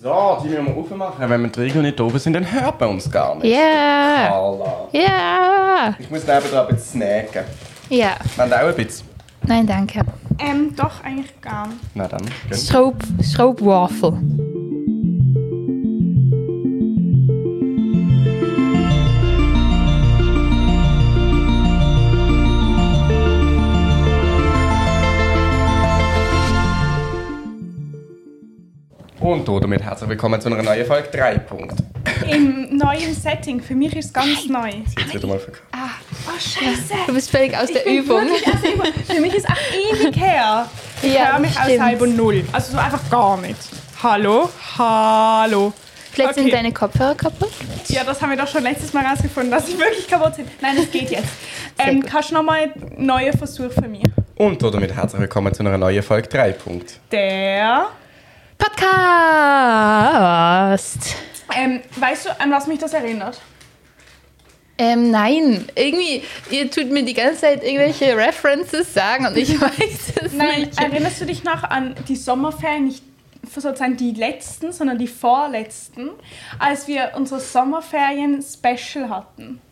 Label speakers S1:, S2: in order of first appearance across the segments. S1: So, die müssen wir aufmachen. Wenn wir die Regeln nicht oben sind, dann hört man uns gar nicht.
S2: Ja!
S1: Carla.
S2: Ja!
S1: Ich muss nebenan ein bisschen snacken.
S2: Ja.
S1: Wenn auch ein bisschen.
S2: Nein, danke.
S3: Ähm, doch, eigentlich gar nicht.
S1: Na dann. gehen.
S2: Schroop, schroopwafel.
S1: Und damit herzlich willkommen zu einer neuen Folge 3 Punkt.
S3: Im neuen Setting. Für mich ist es ganz neu.
S1: Sie hat wieder mal verkauft.
S3: Oh, Scheiße!
S2: Du bist völlig aus der
S3: bin
S2: Übung.
S3: wirklich- Also, immer- für mich ist es auch ewig her. Ich
S2: Ja,
S3: höre mich
S2: das
S3: aus
S2: stimmt.
S3: halber Null. Also so einfach gar nicht. Hallo? Hallo?
S2: Vielleicht sind
S3: Okay.
S2: deine Kopfhörer kaputt?
S3: Ja, das haben wir doch schon letztes Mal rausgefunden, dass sie wirklich kaputt sind. Nein, es geht jetzt. Ähm,
S2: gut.
S3: kannst du nochmal einen neuen Versuch für mich?
S1: Und damit herzlich willkommen zu einer neuen Folge 3 Punkt.
S3: Der.
S2: Podcast!
S3: Ähm, weißt du, an was mich das erinnert?
S2: Ähm, nein. Irgendwie, ihr tut mir die ganze Zeit irgendwelche References sagen und ich weiß es
S3: Nein, also-
S2: nicht.
S3: erinnerst du dich noch an die Sommerferien, nicht sozusagen die letzten, sondern die vorletzten, als wir unsere Sommerferien-Special hatten?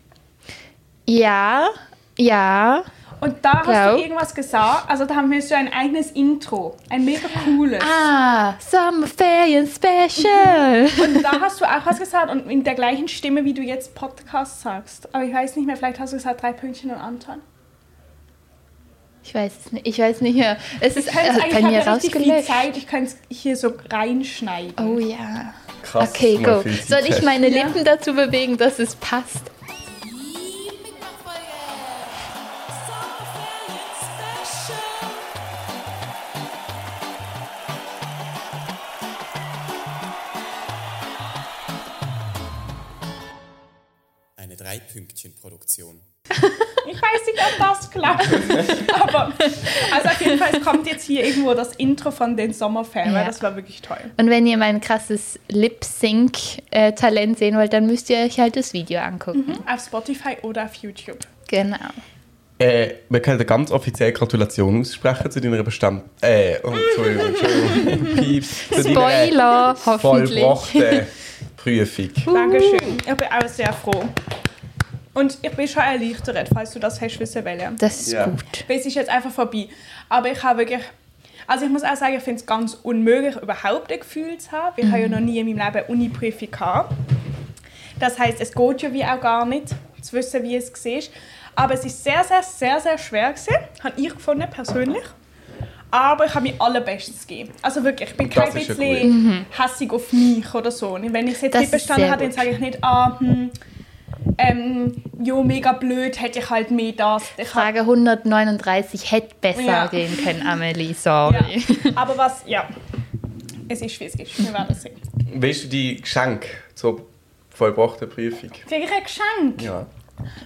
S2: Ja, ja.
S3: Und da hast
S2: Ja.
S3: du irgendwas gesagt, also da haben wir so ein eigenes Intro, ein mega cooles.
S2: Ah, Sommerferien Special.
S3: Und da hast du auch was gesagt und in der gleichen Stimme, wie du jetzt Podcast sagst. Aber ich weiß nicht mehr, vielleicht hast du gesagt drei Pünktchen und Anton.
S2: Ich weiß es nicht, ich weiß nicht mehr. Es ist
S3: Ich könnte
S2: äh,
S3: Also eigentlich
S2: bei
S3: ich hab
S2: mir
S3: ja richtig viel
S2: rausgelegt.
S3: Zeit, ich könnte es hier so reinschneiden.
S2: Oh ja.
S1: Krass.
S2: okay,
S1: dass du mal
S2: go.
S1: viel Zeit
S2: Soll ich
S1: hast.
S2: meine
S3: Ja.
S2: Lippen dazu bewegen, dass es passt?
S4: Eine Drei-Pünktchen-Produktion.
S3: Ich weiß nicht, ob das klappt. Aber also auf jeden Fall es kommt jetzt hier irgendwo das Intro von den Sommerferien, weil
S2: Ja.
S3: das war wirklich toll.
S2: Und wenn ihr mein krasses Lip-Sync-Talent sehen wollt, dann müsst ihr euch halt das Video angucken.
S3: Auf Spotify oder auf YouTube.
S2: Genau.
S1: Äh, wir können ganz offiziell Gratulation aussprechen zu deiner Bestand... Äh, oh, Entschuldigung, Entschuldigung. Pieps. Zu
S2: Spoiler,
S1: deiner
S2: hoffentlich.
S1: vollbrachten Prüfung.
S3: Dankeschön. Ich bin auch sehr froh. Und ich bin schon erleichtert, falls du das hast wissen wollen.
S2: Das ist
S1: Ja.
S2: gut.
S3: Es ist jetzt einfach vorbei. Aber ich habe wirklich... Also ich muss auch sagen, ich finde es ganz unmöglich, überhaupt ein Gefühl zu haben. Ich habe
S2: Mhm.
S3: ja noch nie in meinem Leben eine Uni-Prüfung gehabt. Das heißt, es geht ja wie auch gar nicht, zu wissen, wie es war. Aber es ist sehr, sehr, sehr, sehr schwer gewesen, habe ich gefunden, persönlich. Aber ich habe mir allerbestes gegeben. Also wirklich, ich bin
S1: Das
S3: kein
S1: ist ja
S3: bisschen hässig auf mich oder so. Und wenn ich es jetzt
S2: Mhm. Das
S3: nicht
S2: ist
S3: bestanden
S2: sehr
S3: habe, dann
S2: gut.
S3: sage ich nicht, ah, hm, ähm, jo, mega blöd, hätte ich halt mehr das. Ich hab-
S2: Frage 139 hätte besser
S3: Ja.
S2: gehen können, Amelie.
S3: ja.
S2: Sorry.
S3: Aber was, ja. Es ist, wie es ist. Wir werden sehen.
S1: Weißt du die Geschenke zur vollbrachten Prüfung?
S3: Kriege ich ein Geschenk?
S1: Ja.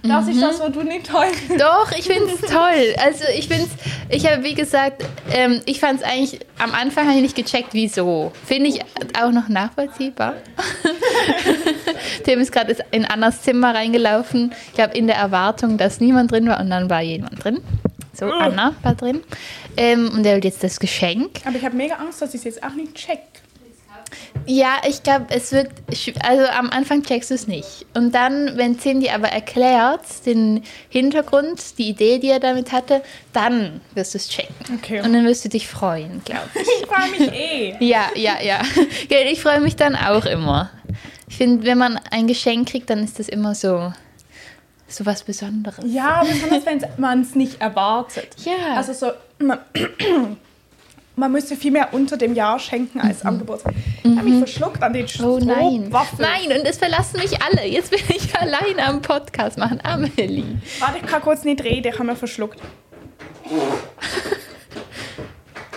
S3: Das ist
S2: Mhm.
S3: das, was du nicht toll findest.
S2: Doch, ich find's toll. Also ich find's, ich habe wie gesagt, ähm, ich fand's eigentlich, am Anfang habe ich nicht gecheckt, wieso. Finde ich auch noch nachvollziehbar. Tim ist gerade in Annas Zimmer reingelaufen. Ich glaube, in der Erwartung, dass niemand drin war und dann war jemand drin. So, Anna war drin. Ähm, und er will jetzt das Geschenk.
S3: Aber ich habe mega Angst, dass ich es jetzt auch nicht check.
S2: Ja, ich glaube, es wird. schw- Also am Anfang checkst du es nicht. Und dann, wenn Tim dir aber erklärt, den Hintergrund, die Idee, die er damit hatte, dann wirst du es checken.
S3: Okay.
S2: Und dann wirst du dich freuen, glaube ich.
S3: Ich freue mich eh.
S2: ja, ja, ja. Gell, ich freue mich dann auch immer. Ich finde, wenn man ein Geschenk kriegt, dann ist das immer so. So was Besonderes.
S3: Ja, besonders wenn man es nicht erwartet.
S2: Ja.
S3: Also so, man, man müsste viel mehr unter dem Jahr schenken als am Geburtstag. Ich habe mich verschluckt an den
S2: Mhm. Oh nein.
S3: Strohwaffel.
S2: Nein, und es verlassen mich alle. Jetzt bin ich alleine am Podcast machen. Amelie.
S3: Warte, ich kann kurz nicht reden, ich habe mich verschluckt.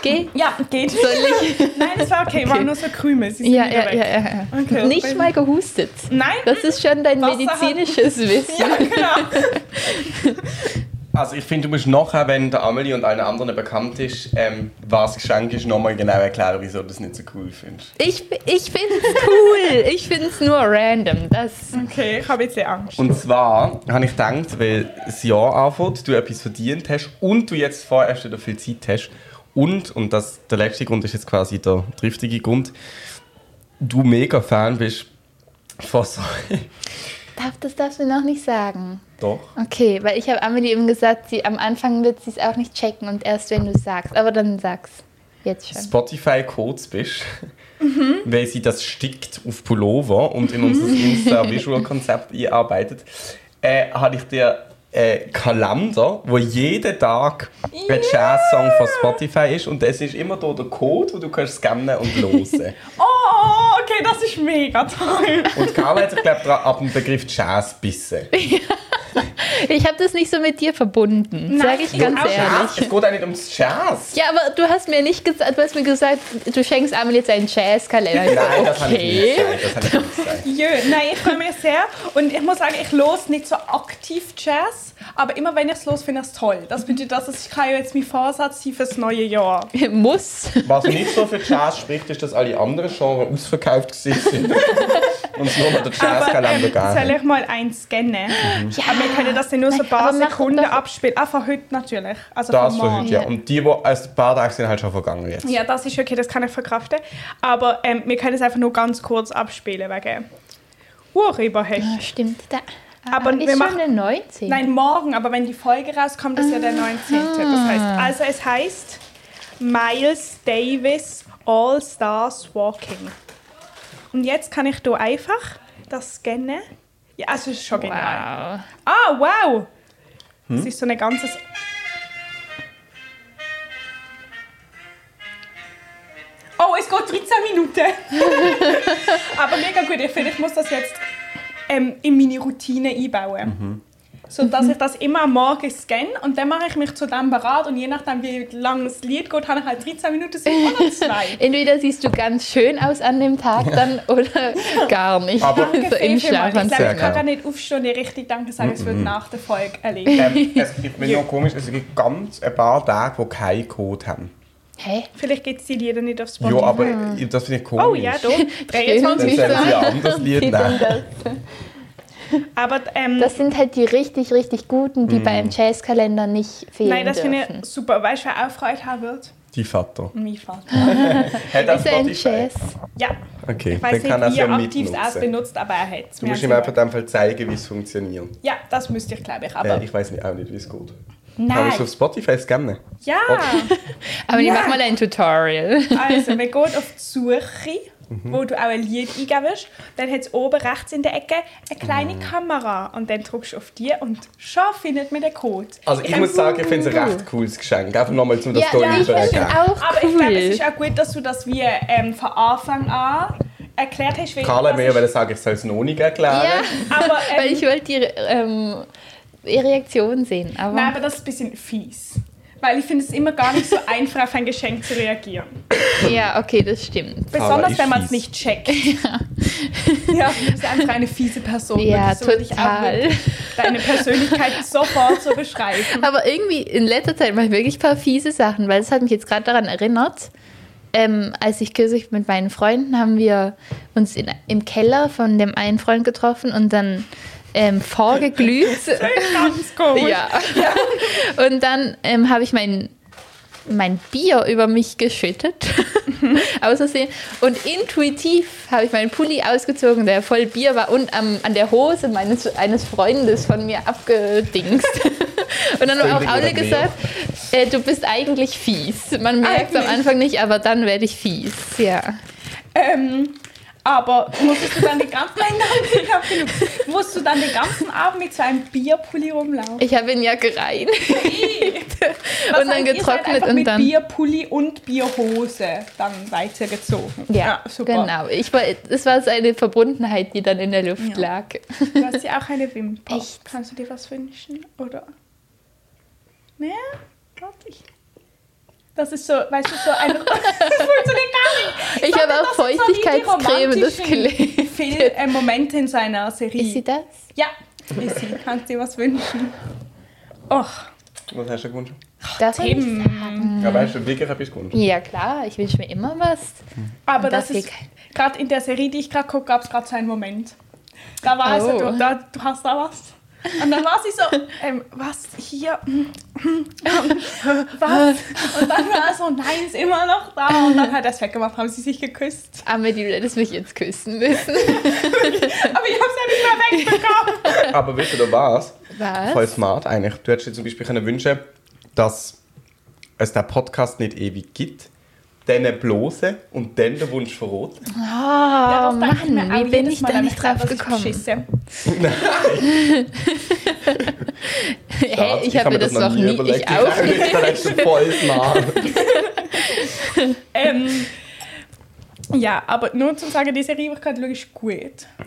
S2: Geh.
S3: Ja, geht. Soll ich? nein, es war okay, war nur so Krümel. Sie sind
S2: Ja,
S3: wieder
S2: ja, ja,
S3: weg.
S2: ja. ja.
S3: Okay.
S2: Nicht mal gehustet.
S3: Nein,
S2: Das ist schon dein
S3: Wasser
S2: medizinisches Wissen.
S3: ja, genau.
S1: Also ich finde, du musst nachher, wenn der Amelie und allen anderen bekannt ist, ähm, was Geschenk ist, nochmal genau erklären, wieso du das nicht so cool findest.
S2: Ich, ich find's cool. Ich find's nur random. Das,
S3: Okay, ich habe jetzt sehr Angst.
S1: Und zwar habe ich gedacht, weil das Jahr anfängt, du etwas verdient hast und du jetzt vorerst wieder viel Zeit hast und, und das, der letzte Grund ist jetzt quasi der triftige Grund, du mega Fan bist von so.
S2: Darf, das darfst du noch nicht sagen.
S1: Doch.
S2: Okay, weil ich habe Amelie eben gesagt, sie, am Anfang wird sie es auch nicht checken und erst wenn du sagst. Aber dann sag's. Jetzt schon.
S1: Spotify-Codes bist, weil sie das stickt auf Pullover und in unser
S2: Mhm.
S1: Insta-Visual-Konzept einarbeitet, äh, habe ich dir einen Kalender, wo jeden Tag ein Jazz-Song von Spotify ist und es ist immer da der Code, wo du kannst scannen und hören.
S3: Oh, okay, das ist mega toll.
S1: und Carla hat sich, glaube ich, ab dem Begriff Jazz bissen.
S2: Ich habe das nicht so mit dir verbunden.
S3: Nein,
S2: Sage ich
S3: ich
S2: ganz
S3: auch
S2: ehrlich.
S1: Jazz? Es geht auch nicht ums Jazz.
S2: Ja, aber du hast mir nicht gesagt, du hast mir gesagt, du schenkst Amelie jetzt einen Jazzkalender. Ich so,
S1: Nein, das habe ich nicht
S2: okay.
S1: gesagt. Das habe ich nicht gesagt.
S3: Jö, nein, ich freue mich sehr. Und ich muss sagen, ich los nicht so aktiv Jazz, aber immer wenn ich es los, finde ich es toll. Das bedeutet, dass ich kann ja jetzt mein Vorsatz sein fürs neue Jahr.
S2: Muss.
S1: Was nicht so für Jazz spricht, ist, dass alle anderen Genres ausverkauft gewesen sind. Und es nur noch der
S3: Aber ähm,
S1: Jazzkalender
S3: soll
S1: gab.
S3: ich mal eins scannen? Mhm. Aber wir können das in nur so ein paar
S2: Aber mach-
S3: Sekunden
S2: mach-
S3: abspielen. Auch von heute natürlich. Also
S1: Das
S3: von
S1: für
S3: morgen.
S1: heute, ja. Und die, die als ein paar Tage sind, halt schon vergangen jetzt.
S3: Ja, das ist okay, das kann ich verkraften. Aber ähm, wir können es einfach nur ganz kurz abspielen wegen Urheberrecht.
S2: Ah, Stimmt. Da.
S3: Aber
S2: ist
S3: wir
S2: schon
S3: machen-
S2: eine 19.
S3: Nein, morgen, aber wenn die Folge rauskommt, ist ja der 19. Das heißt, also es heißt Miles Davis All Stars Walking. Und jetzt kann ich hier einfach das scannen. Ja, also es ist schon genial.
S2: Wow.
S3: Ah, wow! Das ist so ein ganzes. Oh, es geht 13 Minuten. Aber mega gut. Ich finde, ich muss das jetzt ähm, in meine Routine einbauen. So
S2: Mhm.
S3: dass ich das immer am Morgen scanne und dann mache ich mich zu dem bereit und je nachdem, wie lang das Lied geht, habe ich halt 13 Minuten Sinn oder zwei.
S2: Entweder siehst du ganz schön aus an dem Tag dann oder gar nicht.
S1: Aber-
S2: so im
S3: Danke vielmals. Ich
S2: Schlafanzug.
S1: Sehr
S3: glaube, ich kann
S1: geil.
S3: gar nicht aufstehen und richtig Danke sagen, es
S1: Mhm.
S3: wird nach der Folge erledigt.
S1: Ähm, es gibt mir noch komisch, es gibt ganz ein paar Tage, die keinen Code haben.
S2: Hä?
S3: Vielleicht gibt es die Lieder nicht auf Spotify.
S1: Ja, aber äh, das finde ich komisch.
S3: Oh ja, doch.
S1: Dann
S3: 23.
S1: sollen sie ein anderes Lied nehmen.
S3: Aber ähm,
S2: Das sind halt die richtig, richtig guten, die
S1: Mhm.
S2: beim Jazzkalender nicht fehlen
S3: nein, das finde
S2: dürfen.
S3: ich super. Weißt du, wer auch Freude haben wird?
S1: Die Vater.
S3: Mein Vater.
S1: Hat er
S2: ist er ein
S1: Spotify?
S2: Jazz?
S3: Ja,
S1: Okay,
S3: ich weiß
S1: dann kann er es
S3: nicht, wie
S1: ja
S3: er aktiv es
S1: mitnutzen.
S3: benutzt, aber er hat es.
S1: Du musst ihm einfach dann zeigen, wie es funktioniert.
S3: Ja, das müsste ich, glaube ich. Aber
S1: Äh, ich weiß nicht, auch nicht, wie es geht. Kann ich es Oh.
S3: nein.
S1: auf Spotify scannen?
S3: Ja,
S2: Aber die
S3: Ja.
S2: machen mal ein Tutorial.
S3: also man geht auf die Suche,
S1: Mhm.
S3: wo du auch ein Lied eingibst. Dann hat es oben rechts in der Ecke eine
S1: Mhm.
S3: kleine Kamera. Und dann drückst du auf die und schon findet man den Code. Ähm,
S1: Also ich muss sagen, ich finde es ein recht cooles Geschenk. Einfach nochmal, um das
S2: Mhm. ja, ja, ich
S1: übergeben.
S2: finde auch
S3: Aber ich
S2: cool.
S3: glaube, es ist auch gut, dass du das wie ähm, von Anfang an erklärt hast. weil
S1: Carla
S3: das
S1: mir
S3: ist-
S1: wollte sagen, ich soll es noch nicht erklären.
S2: ja.
S3: Aber, ähm,
S2: Weil ich wollte ihre, ähm, ihre Reaktion sehen. Aber
S3: Nein, aber das ist ein bisschen fies. Weil ich finde es immer gar nicht so einfach, auf ein Geschenk zu reagieren.
S2: ja, okay, das stimmt.
S1: Aber
S3: Besonders
S1: ist
S3: wenn man es
S1: fies.
S3: nicht checkt. Ja, du bist einfach eine fiese Person.
S2: Ja,
S3: Das würde ich auch
S2: total.
S3: wirklich Deine Persönlichkeit sofort so beschreiben.
S2: Aber irgendwie in letzter Zeit mache ich wirklich ein paar fiese Sachen, weil es hat mich jetzt gerade daran erinnert. Ähm, als ich kürzlich mit meinen Freunden haben wir uns in, im Keller von dem einen Freund getroffen und dann ähm, vorgeglüht.
S3: Ganz komisch.
S2: Ja. Und dann ähm, habe ich mein, mein Bier über mich geschüttet. Außersehen. Und intuitiv habe ich meinen Pulli ausgezogen, der voll Bier war und am, an der Hose meines eines Freundes von mir abgedingst. Und dann war auch
S1: Völlig
S2: Aule
S1: überlegt.
S2: gesagt, äh, du bist eigentlich fies. Man merkt es am
S3: Eigentlich.
S2: Anfang nicht, aber dann werde ich fies. Ja.
S3: Ähm, aber musstest du dann den ganzen Nein, nein, ich hab genug. Musst du dann den ganzen Abend mit so einem Bierpulli rumlaufen?
S2: Ich habe ihn ja gereinigt
S3: Das
S2: und dann
S3: heißt, ihr seid
S2: getrocknet
S3: einfach
S2: und
S3: mit
S2: dann.
S3: Bierpulli und Bierhose dann weitergezogen.
S2: Ja, genau. Ich war, es war so eine Verbundenheit, die dann in der Luft
S3: Ja.
S2: lag.
S3: Du hast ja auch eine Wimper.
S2: Echt?
S3: Kannst du dir was wünschen? Oder? Mehr? Warte ich. Das ist so, weißt du, so ein. das funktioniert gar nicht.
S2: Ich habe auch
S3: dachte, das sind so die
S2: Feuchtigkeitscreme, das
S3: romantischen
S2: gelingt.
S3: Fil äh, Momente in seiner Serie.
S2: Ist sie das?
S3: Ja, ist sie. Kannst du dir was wünschen? Och,
S1: Was hast du gewünscht?
S2: Darf man
S3: Tim.
S2: nicht sagen?
S1: Ja, weißt du, wirklich habe ich gewünscht.
S2: Ja, klar, ich wünsche mir immer was.
S3: Aber
S2: Und
S3: das,
S2: das
S3: ist.
S2: geht-
S3: Gerade in der Serie, die ich gerade gucke, gab es gerade so einen Moment. Da war es.
S2: Oh.
S3: Du, da, du hast da was? Und dann war sie so, ähm, was hier? Hm, hm, hm, was? Und dann war er so, nein, ist immer noch da. Und dann hat er es weggemacht, haben sie sich geküsst.
S2: Aber die, du hättest mich jetzt küssen müssen.
S3: Aber ich habe es ja nicht mehr wegbekommen.
S1: Aber wisst ihr was?
S2: Was?
S1: Voll smart eigentlich. Du hättest dir zum Beispiel können wünschen dass es den Podcast nicht ewig gibt, dann bloße und dann den Wunsch verroten.
S2: Oh
S3: Das dachte ich mir
S2: Mann,
S3: auch
S2: wie bin
S3: jedes
S2: ich
S3: Mal,
S2: da
S3: wenn
S2: nicht
S3: ich sah,
S2: drauf
S3: dass ich
S2: gekommen?
S3: beschisse.
S2: Hey, ich habe mir das noch nie ich auch.
S1: Ich habe das schon voll smart.
S3: Ähm, ja, aber nur zum sagen, diese Reihe gerade ist gut.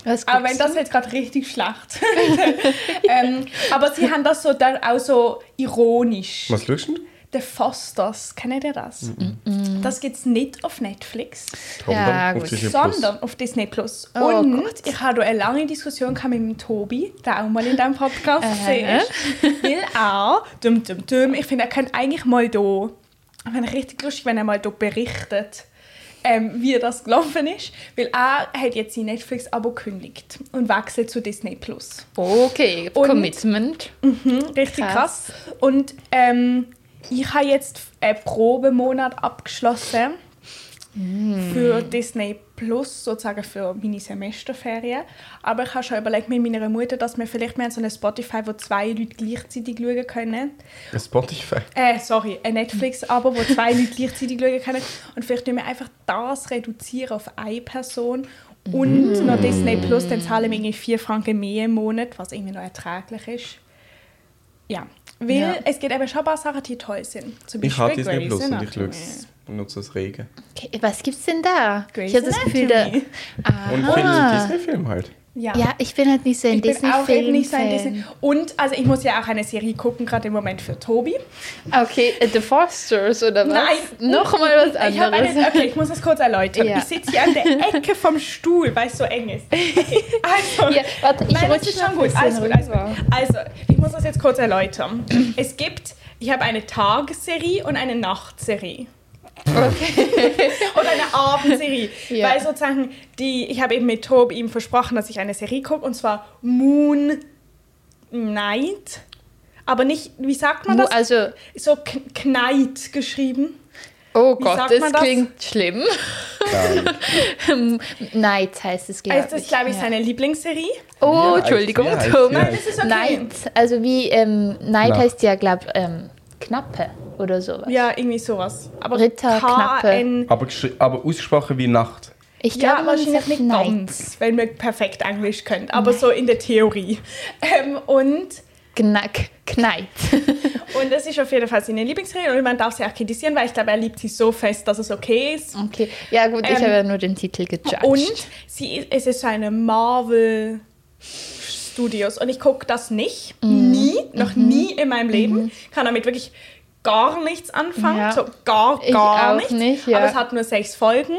S2: Was
S3: Aber wenn
S2: guckst
S3: das
S2: du?
S3: jetzt gerade richtig schlecht. ähm, aber sie haben das so dann auch so ironisch.
S1: Was schaust du?
S3: The Fosters, kennt ihr das? Das gibt es nicht auf Netflix,
S2: Ja,
S1: Tom,
S2: gut.
S1: Disney Plus.
S3: sondern auf Disney Plus.
S2: Oh
S3: Und
S2: Gott.
S3: ich habe da eine lange Diskussion gehabt mit dem Tobi, der auch mal in diesem Podcast
S2: Aha.
S3: war. Weil er, dum, dum, dum, ich finde, er könnte eigentlich mal da, ich finde es richtig lustig, wenn er mal da berichtet, ähm, wie das gelaufen ist. Weil er hat jetzt sein Netflix-Abo gekündigt und wechselt zu Disney Plus.
S2: Okay,
S3: Und-
S2: Commitment.
S3: Richtig
S2: Krass.
S3: krass. Und ähm, ich habe jetzt einen Probemonat abgeschlossen für Disney Plus, sozusagen für meine Semesterferien. Aber ich habe schon überlegt mit meiner Mutter, dass wir vielleicht mehr so eine Spotify, wo zwei Leute gleichzeitig schauen können.
S1: Ein Spotify.
S3: Äh, sorry, ein Netflix-Abo, wo zwei Leute gleichzeitig schauen können. Und vielleicht tun wir einfach das reduzieren auf eine Person und noch Disney Plus, dann zahlen wir irgendwie 4 Franken mehr im Monat, was irgendwie noch erträglich ist. Ja, weil
S2: Ja.
S3: es gibt eben schon ein paar Sachen, die toll sind. Zum
S1: Ich habe Disney
S3: Grey's
S1: Plus und ich
S3: Anatomy.
S1: schaue es. Nutze es rege.
S2: Okay, was gibt's denn da?
S3: Grey's
S2: ich habe das Gefühl, da.
S3: Anatomy.
S1: Und viele Disney-Filme halt.
S3: Ja.
S2: Ja, ich bin halt nicht so ein
S3: Ich bin auch eben nicht so ein Disney.
S2: Disney-Film.
S3: Und also ich muss ja auch eine Serie gucken, gerade im Moment für Tobi.
S2: Okay, äh, The Fosters oder was?
S3: Nein.
S2: Nochmal was
S3: Ich habe eine,
S2: anderes.
S3: okay, ich muss das kurz erläutern.
S2: Ja.
S3: Ich sitze hier an der Ecke vom Stuhl, weil es so eng ist. Okay, Also,
S2: Ja, warte, ich
S3: nein, das
S2: rutsche
S3: ist
S2: noch
S3: schon
S2: ein
S3: gut.
S2: bisschen
S3: Alles gut, alles gut.
S2: rüber.
S3: Also, ich muss das jetzt kurz erläutern. Es gibt, ich habe eine Tagesserie und eine Nachtserie. und eine Abendserie.
S2: Ja.
S3: Weil sozusagen, die, ich habe eben mit Tobi ihm versprochen, dass ich eine Serie gucke, und zwar Moon Knight. Aber nicht, wie sagt man
S2: Mu-
S3: das?
S2: Also,
S3: so K- Knight geschrieben.
S2: oh
S3: Wie
S2: Gott,
S3: sagt
S2: das,
S3: man das?
S2: klingt schlimm. Night heißt es, glaube ich.
S3: Es Also ist, glaube ich,
S2: ja.
S3: seine Lieblingsserie.
S2: Oh,
S1: Ja,
S2: Entschuldigung,
S1: ja, ja.
S2: Thomas.
S1: Nein,
S3: das ist okay.
S2: Night, also wie ähm, Night
S1: Na.
S2: heißt ja, glaube ähm, Knappe oder sowas.
S3: Ja, irgendwie sowas. Aber
S2: Ritter, Knappe.
S3: KN
S1: Aber, geschri- aber ausgesprochen wie Nacht.
S2: Ich glaube,
S3: Ja,
S2: man
S3: wahrscheinlich
S2: sagt
S3: nicht
S2: Night.
S3: ganz, wenn wir perfekt Englisch können, aber so in der Theorie. Ähm, und,
S2: Knack, Knight.
S3: und das ist auf jeden Fall seine Lieblingsserie und man darf sie auch kritisieren, weil ich glaube, er liebt sie so fest, dass es okay ist.
S2: Okay, ja gut, ich
S3: Ähm,
S2: habe ja nur den Titel gejudged.
S3: Und sie, ist- es ist so eine Marvel Studios und ich gucke das nicht,
S2: Mhm.
S3: nie, noch nie in meinem Leben. Kann damit wirklich gar nichts anfangen,
S2: Ja.
S3: so gar,
S2: Ich
S3: gar
S2: auch
S3: nichts.
S2: nicht, ja.
S3: Aber es hat nur sechs Folgen.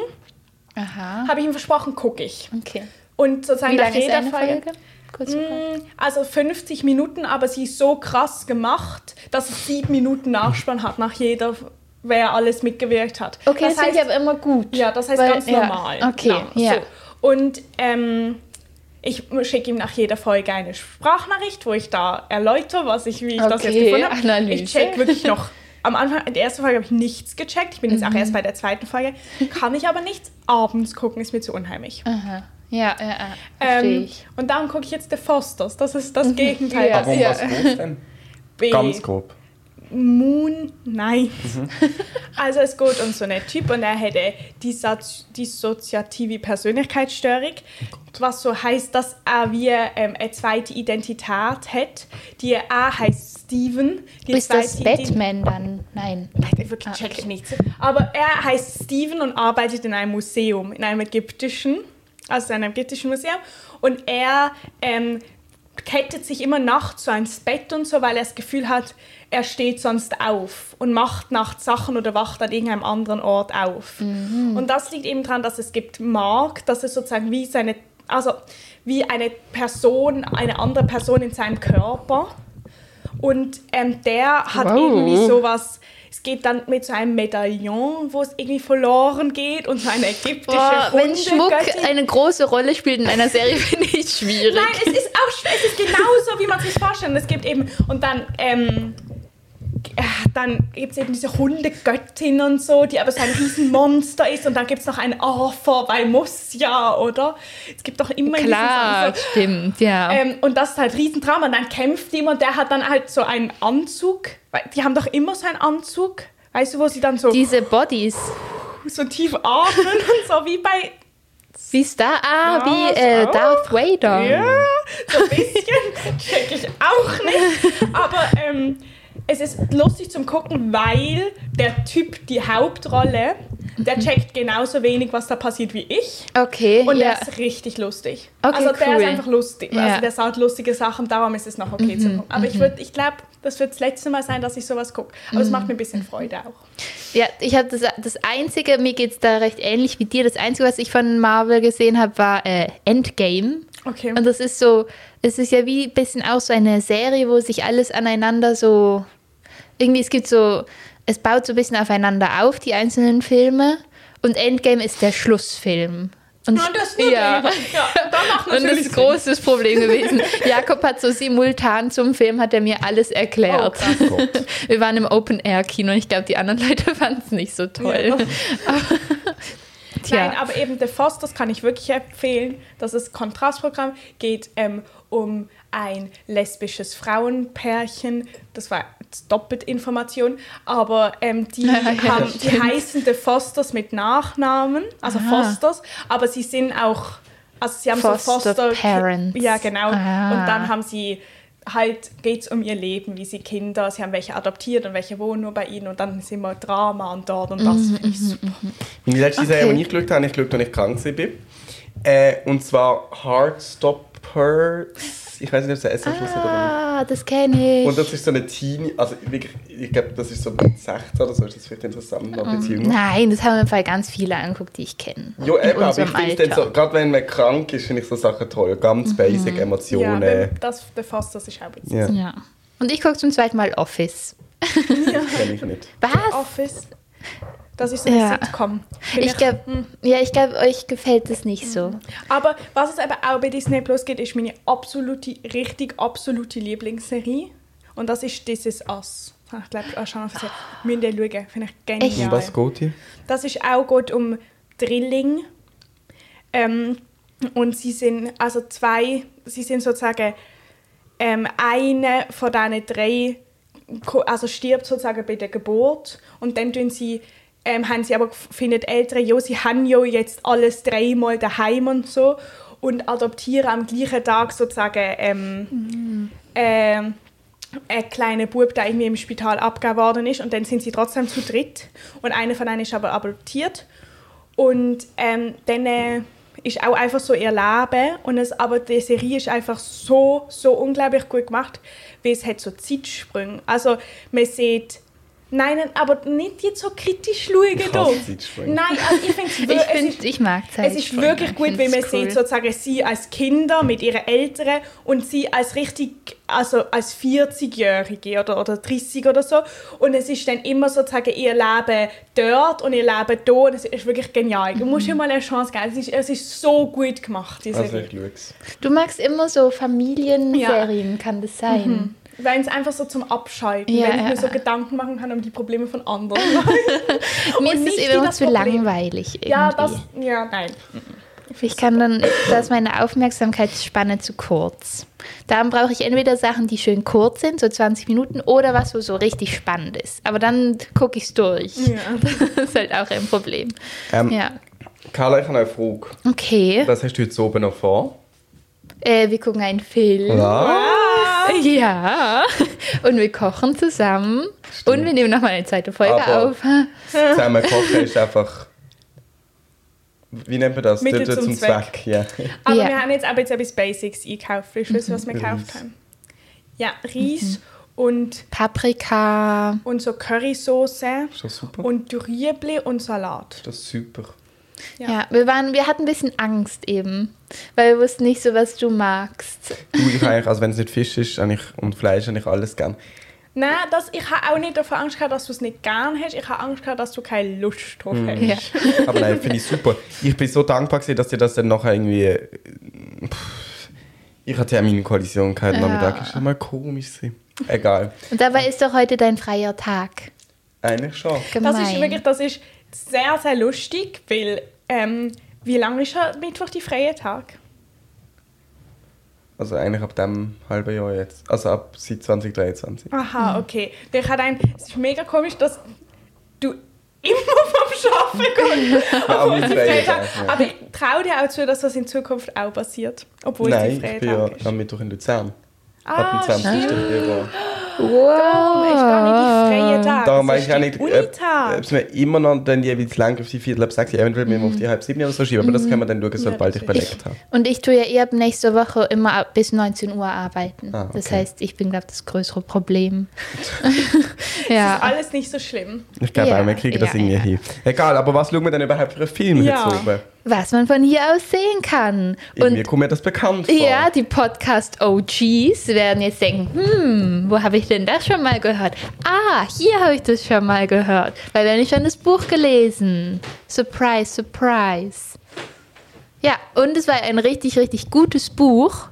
S2: Aha,
S3: Habe ich ihm versprochen, gucke ich.
S2: okay.
S3: Und sozusagen
S2: Wie
S3: nach
S2: lange ist
S3: jeder
S2: eine
S3: Folge.
S2: Folge? Kurz gefragt.
S3: Also 50 Minuten, aber sie ist so krass gemacht, dass es sieben Minuten Nachspann hat nach jeder, wer alles mitgewirkt hat.
S2: Okay, das,
S3: das heißt,
S2: finde ich aber immer gut.
S3: ja, das heißt
S2: weil-
S3: ganz
S2: ja,
S3: normal.
S2: Okay,
S3: Lang,
S2: ja.
S3: So. Und ähm, ich schicke ihm nach jeder Folge eine Sprachnachricht, wo ich da erläutere, was ich, wie ich das jetzt
S2: Okay,
S3: gefunden habe.
S2: Analyse.
S3: Ich check wirklich noch. Am Anfang, in der ersten Folge habe ich nichts gecheckt. Ich bin
S2: Mhm.
S3: jetzt auch erst bei der zweiten Folge. Kann ich aber nichts abends gucken, ist mir zu unheimlich.
S2: Aha. Ja, ja, ja. Ah, verstehe
S3: Ähm,
S2: ich.
S3: und darum gucke ich jetzt The Fosters. Das ist das Gegenteil.
S2: Ja.
S1: Aber um was geht's denn?
S3: B.
S1: Ganz grob.
S3: Moon Knight. Also es geht um so einen Typ und er hätte Dissozi dissoziative Persönlichkeitsstörung, was so heißt, dass er wie ähm, eine zweite Identität hat. Die A heißt Steven. Die
S2: Ist das
S3: zweite Ident-
S2: Batman dann? Nein.
S3: Nein, wirklich
S2: Ah,
S3: check ich
S2: okay.
S3: nichts. Aber er heißt Steven und arbeitet in einem Museum, in einem ägyptischen, also in einem ägyptischen Museum. Und er ähm, kettet sich immer nachts so ans Bett und so, weil er das Gefühl hat, er steht sonst auf und macht nachts Sachen oder wacht an irgendeinem anderen Ort auf.
S2: Mhm.
S3: Und das liegt eben daran, dass es gibt Mark, dass es sozusagen wie seine, also wie eine Person, eine andere Person in seinem Körper. Und ähm, der hat
S2: Wow.
S3: irgendwie sowas, Es geht dann mit so einem Medaillon, wo es irgendwie verloren geht und so eine ägyptische
S2: Boah, Ah, wenn Schmuck
S3: Hundegöttin.
S2: eine große Rolle spielt in einer Serie, finde ich schwierig.
S3: Nein, es ist auch schwer. Es ist genauso, wie man es sich vorstellt. Es gibt eben, und dann, ähm, äh, dann gibt es eben diese Hundegöttin und so, die aber so ein Riesenmonster ist. Und dann gibt es noch einen Arthur, weil muss ja, oder? Es gibt doch immer
S2: Klar,
S3: dieses...
S2: stimmt, ja.
S3: Ähm, und das ist halt Riesendrama. Und dann kämpft jemand, der hat dann halt so einen Anzug. Weil Die haben doch immer so einen Anzug. Weißt du, wo sie dann so,
S2: Diese Bodies,
S3: so tief atmen und so wie bei
S2: wie Star, ah,
S3: Ja,
S2: wie
S3: ist
S2: äh,
S3: auch.
S2: Darth Vader.
S3: Ja, so ein bisschen check ich auch nicht. Aber ähm, es ist lustig zum Gucken, weil der Typ die Hauptrolle, der
S2: Mhm.
S3: checkt genauso wenig, was da passiert wie ich.
S2: Okay,
S3: Und
S2: ja.
S3: der ist richtig lustig.
S2: Okay,
S3: also der
S2: cool.
S3: ist einfach lustig.
S2: Ja. Mhm,
S3: Also der sagt lustige Sachen, darum ist es noch okay zum Gucken. Aber ich, würd- ich glaube, das wird das letzte Mal sein, dass ich sowas gucke. Aber
S2: Mhm.
S3: es macht mir ein bisschen Freude auch.
S2: Ja, ich habe das, das Einzige, mir geht es da recht ähnlich wie dir, das Einzige, was ich von Marvel gesehen habe, war äh, Endgame.
S3: Okay.
S2: Und das ist so, es ist ja wie ein bisschen auch so eine Serie, wo sich alles aneinander so, irgendwie es gibt so, es baut so ein bisschen aufeinander auf, die einzelnen Filme. Und Endgame ist der Schlussfilm. Und
S3: Ja, Ah, das ist
S2: ja.
S3: ja, da macht
S2: Und das
S3: natürlich
S2: ist ein großes Problem gewesen. Jakob hat so simultan zum Film, hat er mir alles erklärt.
S1: Oh Gott.
S2: Wir waren im Open-Air-Kino und ich glaube, die anderen Leute fanden es nicht so toll.
S3: Ja.
S2: Aber, tja,
S3: Nein, aber eben The Fosters kann ich wirklich empfehlen. Das ist Kontrastprogramm, geht ähm, um ein lesbisches Frauenpärchen. Das war jetzt doppelt Information, aber ähm, die, haben, die
S2: stimmt. Ah.
S3: heißen The Fosters mit Nachnamen, also Fosters, aber sie sind auch, also sie haben so
S2: Foster
S3: Foster
S2: Parents.
S3: Ja, genau.
S2: Ah.
S3: Und dann haben sie halt geht es um ihr Leben, wie sie Kinder, sie haben welche adoptiert und welche wohnen nur bei ihnen und dann sind immer Drama und dort und das
S2: Mhm,
S3: finde ich super.
S1: Meine letzte
S2: Okay.
S1: Serie, die ich geschaut habe, habe ich geschaut, als ich krank war. Äh, und zwar Heartstoppers. Ich weiß nicht, ob es ein S am Schluss hat oder nicht.
S2: ah, das kenne ich.
S1: Und das ist so eine Teenie, also wirklich, ich glaube, das ist so mit 16 oder so, ist das vielleicht interessant, noch ein bisschen jünger.
S2: Nein, das haben wir im Fall ganz viele angeguckt, die ich kenne.
S1: Ja,
S2: In
S1: eben, aber ich
S2: unserem
S1: finde dann
S2: Alter. Mhm.
S1: so, gerade wenn man krank ist, finde ich so Sachen toll. Ganz basic,
S3: Ja,
S1: Emotionen.
S3: aber das, der Fass, das ist auch witzig.
S1: Ja,
S2: Ja. Und ich gucke zum zweiten Mal Office.
S1: kenne ich nicht.
S2: Was?
S3: Office. Das ist so eine
S2: Ja.
S3: Sitcom. Bin
S2: Ich glaube, ja, ich glaube, euch gefällt es nicht so.
S3: aber was es aber auch bei Disney Plus geht, ist meine absolute, richtig absolute Lieblingsserie. Und das ist This Is Us. Ich glaube, ah, schon auf sie. Müsst ihr schauen. Finde ich genial.
S2: Echt? Um
S1: geht hier?
S3: Das ist auch gut um Drilling. Ähm, und sie sind also zwei, sie sind sozusagen ähm, eine von diesen drei, ko- also stirbt sozusagen bei der Geburt und dann tun sie, ähm, haben sie aber gef- findet Eltern, ja, sie haben ja jetzt alles dreimal daheim und so und adoptieren am gleichen Tag sozusagen ähm, ähm, ein kleiner Bub, der irgendwie im Spital abgegeben worden ist. Und dann sind sie trotzdem zu dritt. Und einer von ihnen ist aber adoptiert. Und ähm, dann äh, ist auch einfach so ihr Leben. Und es, aber die Serie ist einfach so, so unglaublich gut gemacht, weil es hat so Zeitsprünge. Also man sieht... Nein, nein, aber nicht jetzt so kritisch schauen.
S1: Ich
S3: da.
S1: hasse Zeitsprünge.
S3: Nein, also ich finde
S2: Ich,
S3: es
S2: find,
S3: ist-
S2: ich mag
S3: es ist wirklich gut, weil man sieht sozusagen sie als Kinder mit ihren Eltern und sie als richtig, also als 40-Jährige oder, oder 30 oder so. Und es ist dann immer sozusagen ihr Leben dort und ihr Leben da. Und es ist wirklich genial. Du
S2: Mhm.
S3: musst ihm mal eine Chance geben. Es ist, es ist so gut gemacht, diese
S1: Also
S3: Serie.
S1: ich schaue es.
S2: Du magst immer so Familienserien, kann das sein?
S3: Wenn es einfach so zum Abschalten,
S2: Ja,
S3: wenn ich
S2: ja,
S3: mir so
S2: ja.
S3: Gedanken machen kann um die Probleme von anderen.
S2: Mir ist
S3: nicht
S2: es
S3: wie
S2: immer
S3: das
S2: zu
S3: Problem.
S2: langweilig. Irgendwie.
S3: ja, das, ja, nein.
S2: ich kann dann, da ist meine Aufmerksamkeitsspanne zu kurz. Dann brauche ich entweder Sachen, die schön kurz sind, so 20 Minuten, oder was, wo so richtig spannend ist. Aber dann gucke ich es durch. Das ist halt auch ein Problem.
S1: Ähm,
S2: Ja.
S1: Carla, ich habe eine Frage.
S2: Okay.
S1: Was hast du heute oben noch vor?
S2: Äh, wir gucken einen Film.
S1: Ja.
S2: Ja. Und wir kochen zusammen. Und wir nehmen nochmal eine zweite Folge
S1: Aber-
S2: auf.
S1: Zusammen kochen ist einfach... Wie nennt man das?
S3: Mittel
S1: Dort
S3: zum Zweck.
S1: Ja.
S3: Aber
S2: Ja.
S3: wir haben jetzt auch jetzt etwas Basics eingekauft. Ich weiß, was wir gekauft haben. Ja,
S2: Mhm.
S3: Reis und,
S2: Paprika.
S3: und so Currysoße
S1: Ist das super?
S3: und Rüebli und Salat.
S1: Ist das super?
S2: Ja,
S3: Ja.
S2: wir, waren, wir hatten ein bisschen Angst eben, weil wir wussten nicht so, was du magst.
S1: Du, ich eigentlich, also wenn es nicht Fisch ist habe ich, und Fleisch, habe ich alles gern.
S3: Nein, das, ich habe auch nicht davon Angst gehabt, dass du es nicht gern hast. Ich habe Angst gehabt, dass du keine Lust drauf
S1: Hm.
S3: hast.
S2: Ja.
S1: Aber nein, finde ich super. Ich bin so dankbar, gewesen, dass dir das dann nachher irgendwie. äh, pff, Ich hatte ja meine Kollision gehabt am
S2: Ja.
S1: Nachmittag. Ist schon mal komisch. gewesen. Egal.
S2: Und dabei ist doch heute dein freier Tag.
S1: Eigentlich schon.
S2: Gemein.
S3: Das ist wirklich, das ist sehr, sehr lustig, weil ähm, wie lange ist ja Mittwoch die freie Tag?
S1: Also eigentlich ab dem halben Jahr jetzt. Also ab seit 2023.
S3: Aha, okay. Ich habe ein, es ist mega komisch, dass du immer vom Schaffen gehst.
S1: aber
S3: obwohl
S1: ich
S3: sie
S1: freie
S3: Freitag-
S1: Tag, ja.
S3: Aber ich traue dir auch zu, dass das in Zukunft auch passiert, obwohl es
S1: Nein,
S3: die
S1: ich
S3: freie
S1: bin ja
S3: Tag ist.
S1: am Mittwoch in Luzern. ab
S3: Ah,
S1: dem 20. Februar.
S3: Darum ist gar nicht die
S2: Ah.
S3: freie Tag.
S1: Darum
S3: es
S1: weiß
S3: ist
S1: ich auch
S3: die
S1: nicht, ob
S3: Unitag.
S1: ob es mir immer noch dann jeweils lang auf die Viertel ab sechs, eventuell mir auf die halb sieben oder so schieben. Aber das können wir dann schauen, sobald
S3: das
S1: ich
S3: ist-
S1: belegt habe.
S2: Und ich tue ja eh ab nächste Woche immer ab bis 19 Uhr arbeiten.
S1: Ah, okay.
S2: Das heißt, ich bin, glaube ich, das größere Problem.
S3: Das ist
S2: ja.
S3: alles nicht so schlimm.
S1: Ich glaube
S2: Ja,
S1: auch, wir kriegen das
S2: ja,
S1: irgendwie
S2: ja.
S1: hin. Egal, aber was schauen wir denn überhaupt für einen Film
S3: Ja.
S1: jetzt oben?
S2: Was man von hier aus sehen kann.
S1: Irgendwie
S2: Und
S1: kommt mir das bekannt vor.
S2: ja, die Podcast-OGs werden jetzt denken, hm, wo habe ich denn das schon mal gehört? Ah, hier habe ich das schon mal gehört. Weil wir haben nicht schon das Buch gelesen. Surprise, surprise. Ja, und es war ein richtig, richtig gutes Buch.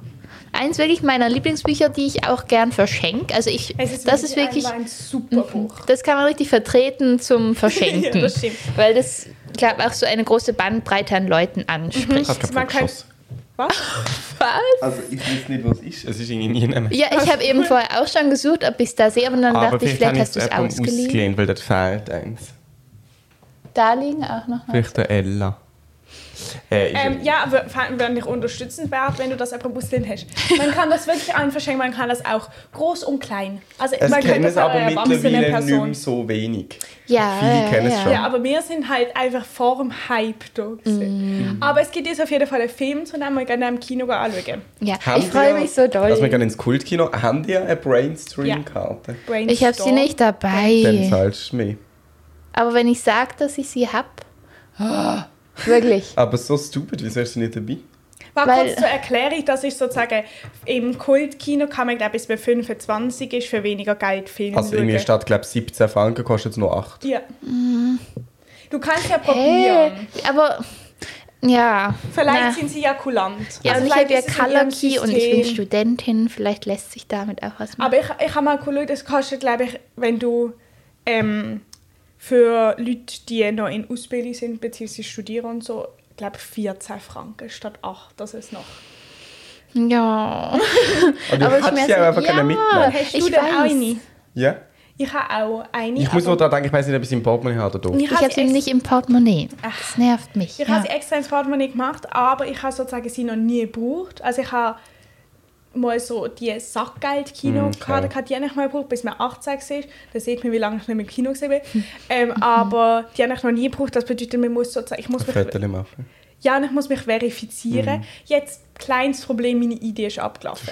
S2: Eins wirklich meiner Lieblingsbücher, die ich auch gern verschenke. Also ich,
S3: Es ist
S2: das ist wirklich,
S3: einfach ein super Buch.
S2: das kann man richtig vertreten zum Verschenken.
S3: Ja, das stimmt.
S2: Weil das, glaube auch so eine große Bandbreite an Leuten anspricht.
S1: Hat
S3: Man
S1: kaputt
S3: kann-
S1: geschossen.
S3: Was?
S2: Was?
S1: Also ich weiß nicht, was ist. Es ist irgendwie nie nehmen.
S2: Ja, ich habe eben vorher auch schon gesucht, ob ich es da sehe, aber dann
S1: Ah, Aber
S2: dachte ich,
S1: vielleicht habe
S2: vielleicht
S1: ich
S2: hast
S1: es
S2: du es
S1: einfach
S2: ausgeliehen.
S1: ausgeliehen, weil das fehlt eins.
S2: Da liegen auch noch mal.
S1: Vielleicht der Ella. Äh, ich,
S3: Ähm, ja, aber vor allem wäre nicht unterstützend wert, wenn du das einfach Muslim hast. Man kann das wirklich allen verschenken, man kann das auch groß und klein. Also
S1: es
S3: man
S1: kennen
S3: könnte
S1: es aber
S3: einer erwachsenen
S1: mittlerweile nicht
S3: Person.
S1: mehr so wenig.
S2: Ja,
S1: Viele
S2: ja,
S1: kennen es
S2: ja.
S1: schon.
S3: Ja, aber wir sind halt einfach vor dem Hype da.
S2: Mm.
S3: gewesen. Aber es gibt jetzt auf jeden Fall einen Film, zu dem wir gerne im Kino gehen anschauen.
S2: Ja,
S1: Haben
S2: ich freue
S1: die-
S2: mich so
S1: Dass wir
S2: doll.
S1: gerne ins Kultkino. Haben die eine Brainstream-Karte?
S2: Ich habe sie
S3: Brainstorm.
S2: nicht
S1: Dann
S2: dabei.
S1: zahlst du mehr.
S2: Aber wenn ich sage, dass ich sie habe,
S3: Ah.
S2: wirklich.
S1: Aber so stupid, wieso hast du nicht dabei?
S3: War
S2: Weil-
S3: kurz zur Erklärung, dass ich sozusagen im Kultkino kann man glaube ich, bis man 25 ist, für weniger Geld Filme
S1: Also irgendwie
S3: schauen.
S1: statt, glaube 17 Franken kostet es nur 8.
S3: Ja.
S2: Mhm.
S3: Du kannst ja
S2: Hey,
S3: probieren.
S2: aber ja.
S3: Vielleicht
S2: na.
S3: sind sie ja kulant.
S2: Ja,
S3: Also
S2: und ich
S3: vielleicht
S2: habe ja
S3: ist es in ihrem
S2: Color Key und ich bin
S3: System.
S2: Studentin. Vielleicht lässt sich damit auch was machen.
S3: Aber ich, ich habe mal geschaut, es kostet, glaube ich, wenn du ähm, für Leute, die noch in Ausbildung sind, beziehungsweise studieren und so, glaube ich, 14 Franken statt 8. Das ist noch.
S2: ja.
S1: Aber du
S2: Aber ich
S1: hast
S2: merke-
S1: ja einfach
S2: ja.
S1: keine mitnehmen.
S3: Hast du
S2: Ich
S3: denn auch
S2: weiß.
S3: eine?
S1: Ja?
S3: Ich habe auch eine.
S1: Ich muss nur
S3: aber-
S1: daran denken, ich weiß nicht, ob ich es im Portemonnaie habe oder doof.
S2: Ich habe sie
S3: ex-
S2: nicht im Portemonnaie. Das nervt mich.
S3: Ich
S2: ja.
S3: habe sie extra ins Portemonnaie gemacht, aber ich habe sozusagen sie noch nie gebraucht. Also ich habe mal so die Sackgeld-Kino
S1: Mm, okay.
S3: gehabt, ich habe die nicht mal gebraucht, bis man 18 war. Da sieht man, wie lange ich nicht mehr im Kino gesehen bin. ähm, aber die habe ich noch nie gebraucht, das bedeutet, man muss sozusagen, ich muss mich,
S1: Vettel machen.
S3: ja, und ich muss mich
S1: Hm.
S3: verifizieren. Jetzt, kleines Problem, meine Idee ist abgelaufen.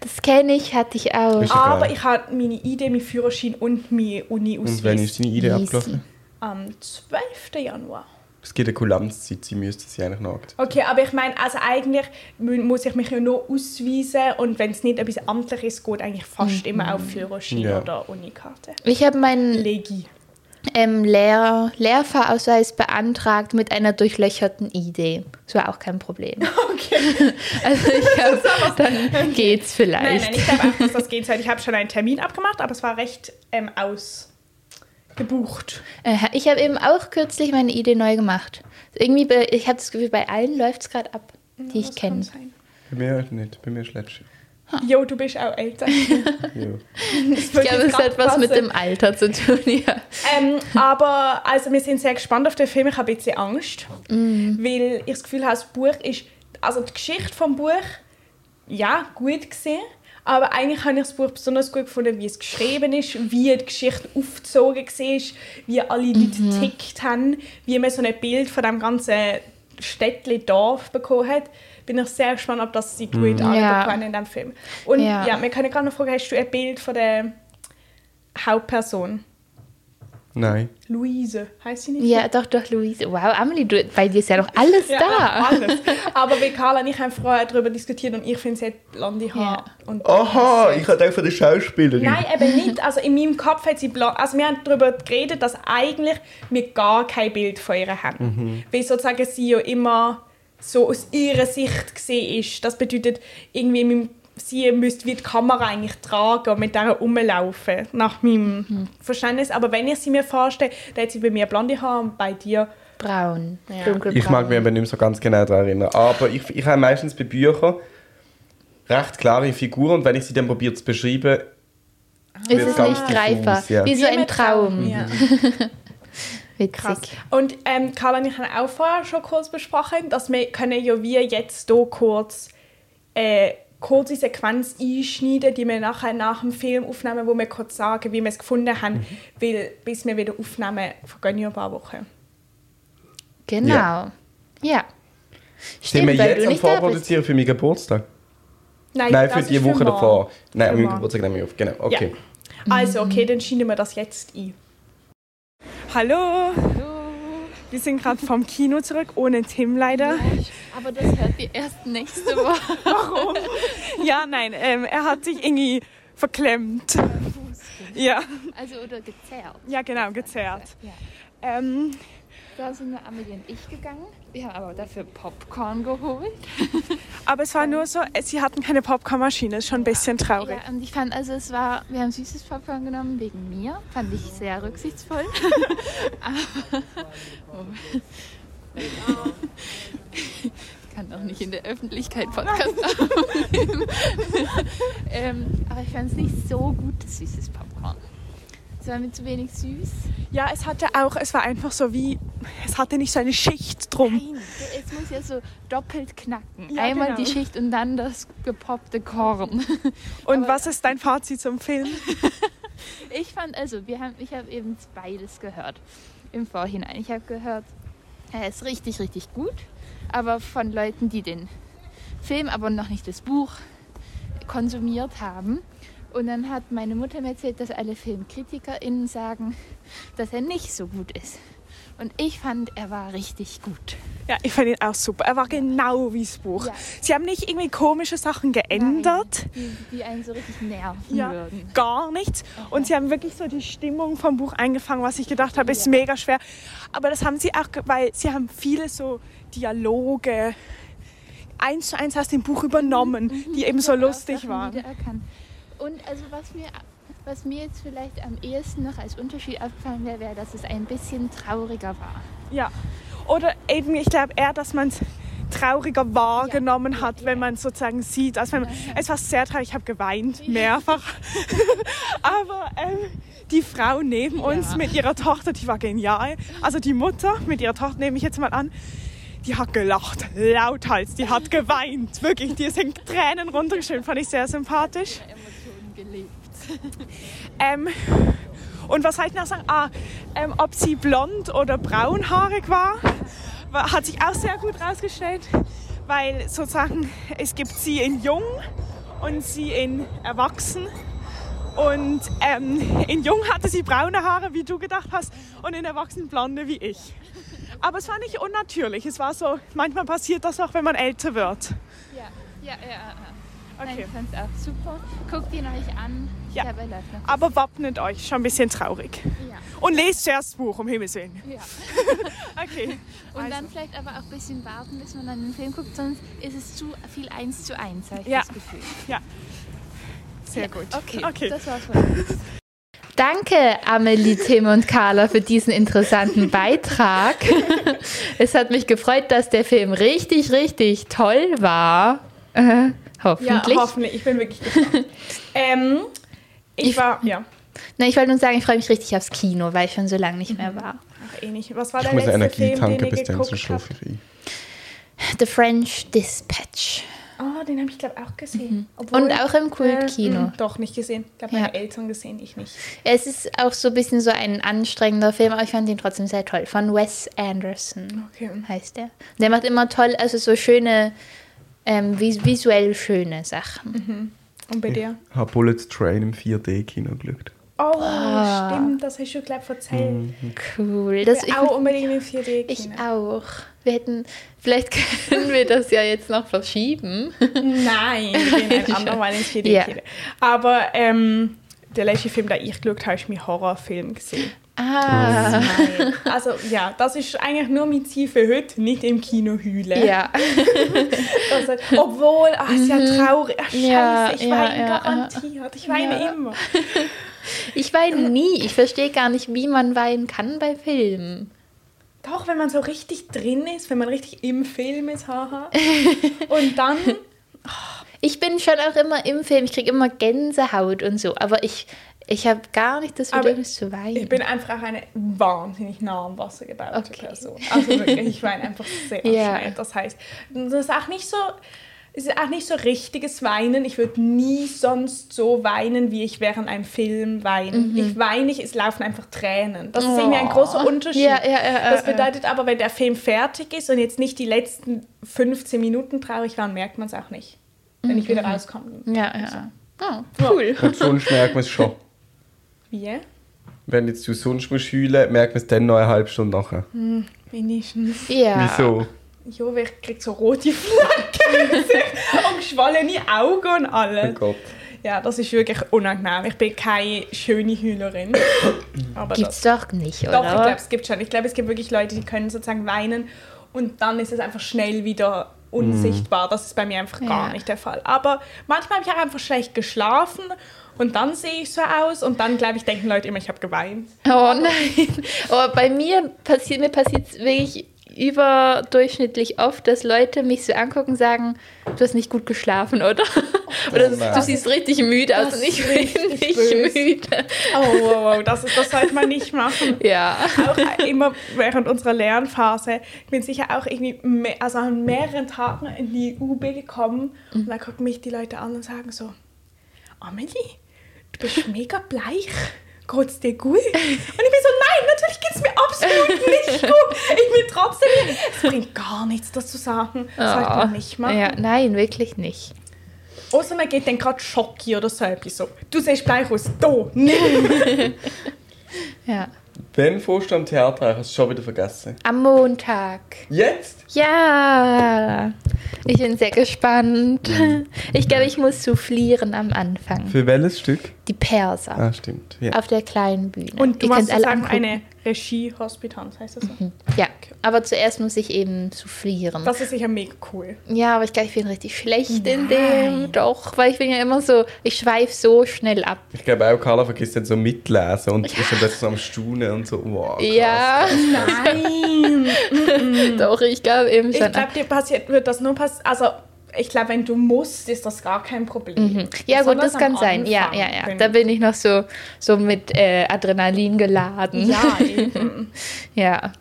S2: Das kenne ich, hatte ich auch.
S1: Ist egal.
S3: aber ich habe meine Idee, meinen Führerschein und meine
S1: Und wenn
S3: Uni-Ausweis
S1: ist deine Idee
S2: Easy.
S1: abgelaufen?
S3: am 12. Januar.
S1: Es gibt eine Kulanzzeit, sie müsste sie eigentlich noch.
S3: Okay, aber ich meine, also eigentlich mu- muss ich mich ja nur ausweisen und wenn es nicht etwas amtlich ist, geht eigentlich fast
S2: Mhm.
S3: immer auf Führerschein
S1: Ja.
S3: oder Unikarte.
S2: Ich habe meinen
S3: Legi.
S2: ähm, Lehr Lehrfahrausweis beantragt mit einer durchlöcherten Idee. Das war auch kein Problem. also ich glaube, dann geht's
S3: Nein,
S2: vielleicht.
S3: nein, ich glaube auch, dass das gehen soll. Ich habe schon einen Termin abgemacht, aber es war recht ähm, ausgebucht.
S2: Äh, ich habe eben auch kürzlich meine Idee neu gemacht. Irgendwie, bei, ich habe das Gefühl, bei allen läuft es gerade ab, die ich Ah.
S3: Das
S2: kenne.
S3: kann sein.
S1: Bei mir halt nicht, bei mir ist letztes
S3: Jo, du bist auch älter.
S1: ja.
S3: Ich
S2: Ich glaube, es hat was mit dem Alter zu tun. Ja.
S3: Ähm, aber also wir sind sehr gespannt auf den Film. Ich habe ein bisschen Angst,
S2: Mhm.
S3: weil ich das Gefühl habe, das Buch ist, also die Geschichte vom Buch, ja gut gesehen, aber eigentlich habe ich das Buch besonders gut gefunden, wie es geschrieben ist, wie die Geschichte aufgezogen war, wie alle Leute
S2: Mhm.
S3: tickt haben, wie man so ein Bild von dem ganzen Städtli Dorf bekommen hat. Bin ich sehr gespannt, ob das sie gut mhm.
S2: Ja.
S3: haben in dem Film. Und
S2: Ja.
S3: ja, wir können gerade noch fragen, hast du ein Bild von der Hauptperson?
S1: Nein.
S3: Luise, heißt sie nicht?
S2: Ja, doch, doch, Luise. Wow, Amelie, du, bei dir ist ja doch alles
S3: Ja,
S2: da.
S3: Alles. Aber wie Carla und ich haben vorher darüber diskutiert und ich finde, sie hat blonde Haare. Und
S1: Aha, ich hatte auch von der Schauspielerin.
S3: Nein, eben nicht. Also in meinem Kopf hat sie blond. Also wir haben darüber geredet, dass eigentlich wir gar kein Bild von ihr haben.
S1: Mhm.
S3: Weil sozusagen sie ja immer so aus ihrer Sicht gesehen ist. Das bedeutet, irgendwie in meinem, sie müsste wie die Kamera eigentlich tragen und mit der rumlaufen, nach meinem
S2: Mhm.
S3: Verständnis. Aber wenn ich sie mir vorstelle, dann hat sie bei mir blonde Haare und bei dir...
S2: Braun.
S3: Ja.
S2: Dunkelbraun.
S1: Ich mag mich eben nicht mehr so ganz genau daran erinnern. Aber ich, ich habe meistens bei Büchern recht klare Figuren und wenn ich sie dann probiere zu beschreiben,
S2: Es
S1: wird
S2: ist
S1: ganz
S2: nicht greifbar.
S1: diffus, ja.
S2: Wie so
S3: Wie
S2: ein
S3: mit
S2: Traum.
S3: Ja.
S2: Witzig.
S3: Krass. Und ähm, Carla und ich haben auch vorher schon kurz besprochen, dass wir können ja wir jetzt hier kurz äh, kurze Sequenz einschneiden, die wir nachher nach dem Film aufnehmen, wo wir kurz sagen, wie wir es gefunden
S1: Mhm.
S3: haben, weil bis wir wieder aufnehmen, vergehen ja ein paar Wochen.
S2: Genau. Ja.
S1: sind
S2: Stimmt,
S1: wir
S2: weil du
S1: jetzt am
S2: nicht da bist.
S1: Vorproduzieren für meinen Geburtstag. Nein,
S3: das
S1: für
S3: ist
S1: die Woche
S3: morgen.
S1: davor. Nein, am
S3: morgen.
S1: Geburtstag nehmen wir auf. Genau, okay.
S3: Ja. Also, okay, dann schneiden wir das jetzt ein. Hallo! Wir sind gerade vom Kino zurück, ohne Tim leider.
S2: Aber das hört ihr erst nächste Woche.
S3: Ja, nein, ähm, er hat sich irgendwie verklemmt. Ja,
S2: Also, oder gezerrt.
S3: ja genau, gezerrt.
S2: Ja.
S3: Ähm,
S2: Da sind nur Amelie und ich gegangen. Wir haben aber dafür Popcorn geholt.
S3: aber es war nur so, äh, sie hatten keine Popcornmaschine, ist schon ein bisschen traurig.
S2: Ja, und ich fand, also es war, wir haben süßes Popcorn genommen wegen mir. Fand ich sehr rücksichtsvoll. Aber, Moment. ich kann doch nicht in der Öffentlichkeit Podcast aufnehmen. ähm, aber ich fand es nicht so gut, das süßes Popcorn. Es war mir zu wenig süß.
S3: Ja. es hatte auch, es war einfach so wie, es hatte nicht so eine Schicht drum.
S2: Nein, es muss ja so doppelt knacken.
S3: Ja,
S2: Einmal
S3: genau.
S2: die Schicht und dann das gepoppte Korn.
S3: Und was ist dein Fazit zum Film?
S2: Ich fand, also, wir haben, ich habe eben beides gehört im Vorhinein. Ich habe gehört, er ist richtig, richtig gut, aber von Leuten, die den Film, aber noch nicht das Buch konsumiert haben. Und dann hat meine Mutter mir erzählt, dass alle FilmkritikerInnen sagen, dass er nicht so gut ist. Und ich fand, er war richtig gut.
S3: Ja, ich fand ihn auch super. Er war genau wie das Buch.
S2: Ja.
S3: Sie haben nicht irgendwie komische Sachen geändert.
S2: Nein, Die, die einen so richtig nerven
S3: Ja,
S2: würden.
S3: gar nichts. Und sie haben wirklich so die Stimmung vom Buch eingefangen, was ich gedacht habe, ist mega schwer. Aber das haben sie auch, ge- weil sie haben viele so Dialoge eins zu eins aus dem Buch übernommen, die eben so
S2: Ich hab auch
S3: lustig
S2: Sachen
S3: waren.
S2: wiedererkannt. Und also was mir, was mir jetzt vielleicht am ehesten noch als Unterschied aufgefallen wäre, wäre, dass es ein bisschen trauriger war.
S3: Ja. Oder eben, ich glaube eher, dass man es trauriger wahrgenommen
S2: Ja,
S3: hat,
S2: ja,
S3: wenn man es sozusagen sieht. Als wenn man, Es war sehr traurig, ich habe geweint, mehrfach. Aber ähm, die Frau neben uns
S2: Ja.
S3: mit ihrer Tochter, die war genial. Also die Mutter mit ihrer Tochter, nehme ich jetzt mal an, die hat gelacht, lauthals, die hat geweint, wirklich, die sind Tränen runtergeschrieben, fand ich sehr sympathisch.
S2: Emotionen gelebt.
S3: Ähm, und was halt noch sagen, ah, ähm, ob sie blond oder braunhaarig war, wa- hat sich auch sehr gut rausgestellt, weil sozusagen es gibt sie in jung und sie in erwachsen. Und ähm, in jung hatte sie braune Haare, wie du gedacht hast, und in erwachsen blonde wie ich. Aber es war nicht unnatürlich. Es war so, manchmal passiert das auch, wenn man älter wird.
S2: Ja, ja, ja, ja. Nein,
S3: Okay.
S2: ich fand es auch super. Guckt ihn euch an.
S3: Ja.
S2: Dabei läuft noch.
S3: Aber wappnet euch, schon ein bisschen traurig.
S2: Ja.
S3: Und lest zuerst das Buch, um Himmels Willen.
S2: ja.
S3: Okay.
S2: Und
S3: Also.
S2: dann vielleicht aber auch ein bisschen warten, bis man dann den Film guckt, sonst ist es zu viel eins zu eins, habe ich
S3: Ja.
S2: das Gefühl.
S3: Sehr gut.
S2: Okay,
S3: Okay.
S2: das war's von uns. Danke, Amelie, Tim und Carla, für diesen interessanten Beitrag. es hat mich gefreut, dass der Film richtig, richtig toll war. Äh,
S3: Ja,
S2: hoffentlich.
S3: hoffentlich. Ich bin wirklich gespannt. ähm, ich,
S2: Ich-
S3: war, ja,
S2: Na, ich wollte nur sagen, ich freue mich richtig aufs Kino, weil ich schon so lange nicht mehr war.
S3: ach, eh nicht. Was war
S1: Ich
S3: der
S1: muss
S3: letzte
S1: Energie
S3: Film, den
S1: tanken,
S3: ihr
S1: bis dann
S3: geguckt
S1: zu
S3: habt?
S1: schaffen. ich.
S2: The French Dispatch.
S3: Ah, den habe ich, glaube auch gesehen.
S2: Mhm. Und auch im
S5: hm,
S2: Kultkino.
S3: mm, doch, nicht gesehen. Ich glaube,
S2: Ja.
S3: meine Eltern gesehen, ich nicht.
S2: Es ist auch so ein bisschen so ein anstrengender Film, aber ich fand ihn trotzdem sehr toll. Von Wes Anderson
S3: Okay.
S2: heißt er. Der macht immer toll, also so schöne, ähm, vis
S5: Mhm.
S2: visuell schöne Sachen.
S3: Und bei dir?
S1: Ich habe Bullet Train im 4D-Kino geschaut.
S5: Oh, stimmt, das hast du, glaube ich, erzählt.
S2: Cool. Ah. Das,
S5: ich
S2: ich,
S5: auch unbedingt in 4D
S2: ich
S5: gehen.
S2: auch. Wir hätten, vielleicht können wir das ja jetzt noch verschieben.
S5: Nein, ich bin ein andermal ins 4D
S2: Ja.
S5: gehen. Aber ähm, der letzte Film, den ich geschaut habe, ist mein Horrorfilm. Gewesen.
S2: Ah,
S5: Nein. Also ja, das ist eigentlich nur mein Ziel für heute, nicht im Kino heulen.
S2: ja. Mhm.
S5: Also, obwohl, ah, ist ja traurig. Ach, scheiße,
S2: Ja,
S5: ich
S2: ja,
S5: weine
S2: ja, ja.
S5: garantiert. Ich weine
S2: Ja.
S5: immer.
S2: Ich weine nie. Ich verstehe gar nicht, wie man weinen kann bei Filmen.
S5: Doch, wenn man so richtig drin ist, wenn man richtig im Film ist, haha. Und dann,
S2: Ich bin schon auch immer im Film. Ich kriege immer Gänsehaut und so. Aber ich, ich habe gar nicht das
S5: Aber
S2: Bedürfnis zu weinen.
S5: ich bin einfach eine wahnsinnig nah am Wasser gebaute
S2: Okay.
S5: Person. Also wirklich, ich weine einfach sehr
S2: Ja.
S5: schnell. Das heißt, das ist auch nicht so... Es ist auch nicht so richtiges Weinen. Ich würde nie sonst so weinen, wie ich während einem Film weine. Ich weine nicht, es laufen einfach Tränen. Das ist irgendwie ein
S2: Mhm. Oh.
S5: großer Unterschied.
S2: Ja, ja, ja, ja,
S5: das
S2: ja.
S5: bedeutet aber, wenn der Film fertig ist und jetzt nicht die letzten 15 Minuten traurig waren, merkt man es auch nicht. Wenn
S2: Mhm.
S5: ich wieder rauskomme.
S2: ja, ja. Oh,
S5: Cool.
S1: Und sonst merkt man es schon.
S5: Wie?
S1: Wenn jetzt du sonst musst heulen, merkt man es dann noch eine halbe Stunde nachher.
S5: Wenigstens.
S2: ja.
S1: Wieso?
S5: Jo, ich krieg so rote Flaggen im Gesicht und geschwollene Augen und
S1: Oh
S5: alles.
S1: Gott.
S5: Ja, das ist wirklich unangenehm. Ich bin keine schöne Heulerin. Aber
S2: Gibt's
S5: das.
S2: doch nicht, oder?
S5: Doch, ich glaube, es gibt schon. Ich glaube, es gibt wirklich Leute, die können sozusagen weinen und dann ist es einfach schnell wieder unsichtbar. Das ist bei mir einfach gar
S2: Ja.
S5: nicht der Fall. Aber manchmal habe ich auch einfach schlecht geschlafen und dann sehe ich so aus und dann, glaube ich, denken Leute immer, ich habe geweint.
S2: Oh nein. Aber bei mir passiert mir passiert wirklich überdurchschnittlich oft, dass Leute mich so angucken und sagen, du hast nicht gut geschlafen, oder? oder
S1: nein.
S2: du siehst richtig müde aus
S5: Das
S2: und ich
S5: ist
S2: bin
S5: richtig
S2: nicht
S5: böse.
S2: müde.
S5: Oh, wow, wow, das, ist- das sollte man nicht machen.
S2: Ja.
S5: auch immer während unserer Lernphase. Ich bin sicher auch irgendwie, me- also an mehreren Tagen in die UB gekommen und
S2: Mhm.
S5: dann gucken mich die Leute an und sagen so, Amelie, du bist mega bleich. Geht's dir gut? Und ich bin so, nein, natürlich geht's mir absolut nicht gut. Ich bin trotzdem, hier." es bringt gar nichts, das zu sagen. Das sollte man nicht machen.
S2: Oh. Ah. Ja, nein, wirklich nicht.
S5: Außer man geht dann gerade Schocki oder so etwas so. Du siehst bleich aus, da, nimm.
S2: Ja.
S1: Wenn fährst du am Theater an? Hast du schon wieder vergessen.
S2: Am Montag.
S1: Jetzt?
S2: Ja. Ich bin sehr gespannt. Ich glaube, ich muss soufflieren am Anfang.
S1: Für welches Stück?
S2: Die Perser.
S1: Ah, stimmt. Ja.
S2: Auf der kleinen Bühne.
S5: Und du
S2: Ihr
S5: machst
S2: könnt's alle Mhm.
S5: sozusagen
S2: angucken.
S5: eine Regie-Hospitanz, heißt das so?
S2: Ja, aber zuerst muss ich eben soufflieren.
S5: Das ist sicher mega cool.
S2: ja, aber ich glaube, ich bin richtig schlecht in dem. Doch, weil ich bin ja immer so, ich schweife so schnell ab.
S1: Ich glaube auch, Carla vergisst dann so mitlesen und ist dann plötzlich so am Staunen und so, wow. krass.
S2: ja,
S5: Nein.
S2: doch, ich glaube eben
S5: Hm. Ich
S2: schon.
S5: glaube, dir passiert, wird das nur passieren. Also, ich glaube, wenn du musst, ist das gar kein Problem.
S2: Mhm. ja, gut,
S5: Besonders
S2: das kann
S5: am
S2: sein. Ja,
S5: Anfang,
S2: ja, ja.
S5: wenn-
S2: Da bin ich noch so, so mit äh, Adrenalin geladen.
S5: Ja, eben.
S2: ja.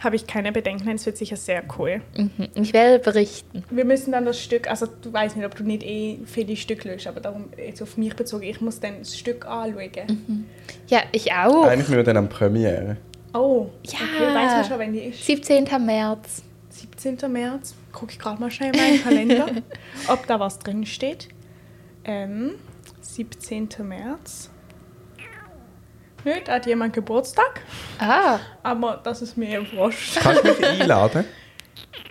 S5: habe ich keine Bedenken. Es wird sicher sehr cool.
S2: Mhm. Ich werde berichten.
S5: Wir müssen dann das Stück, also du weißt nicht, ob du nicht eh viele Stück löst, aber darum jetzt auf mich bezogen, ich muss dann das Stück anschauen.
S2: Mhm. Ja, ich auch.
S1: Eigentlich müssen wir dann am Premiere.
S5: Oh,
S2: Ja.
S5: okay, weiß man schon, wenn die ist.
S2: 17. März.
S5: 17. März. Gucke ich gerade mal schnell in meinen Kalender, ob da was drin steht. Ähm, 17. März. Nö, da hat jemand Geburtstag,
S2: Ah,
S5: aber das ist mir ja wurscht.
S1: Kannst du mich einladen?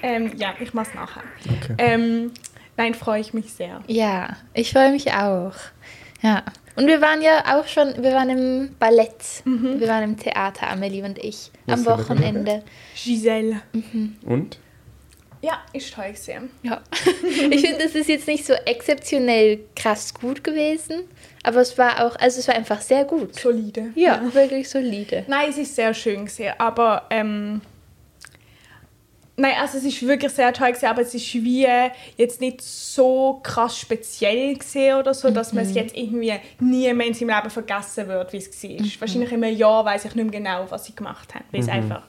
S5: Ähm, ja, ich mach's nachher.
S1: Okay.
S5: Ähm, nein, freue ich mich sehr.
S2: ja. Ich freue mich auch. Ja. Und wir waren ja auch schon, wir waren im Ballett. Wir waren im Theater, Amelie und ich.
S1: Was
S2: am
S1: haben wir gemacht?
S2: Wochenende.
S5: Giselle.
S2: Äh,
S1: Und?
S5: Ja, ich freue mich sehr.
S2: Ja. ich finde, es ist jetzt nicht so exzeptionell krass gut gewesen, aber es war auch, also es war einfach sehr gut.
S5: Solide.
S2: Ja, wirklich solide.
S5: Nein, es ist sehr schön gesehen, aber ähm, nein, also es ist wirklich sehr toll gesehen, aber es ist wie äh, jetzt nicht so krass speziell gesehen oder so, dass man es jetzt irgendwie nie mehr in seinem Leben vergessen wird, wie es war. Wahrscheinlich in einem Jahr weiß ich nicht mehr genau, was ich gemacht habe, weil es einfach.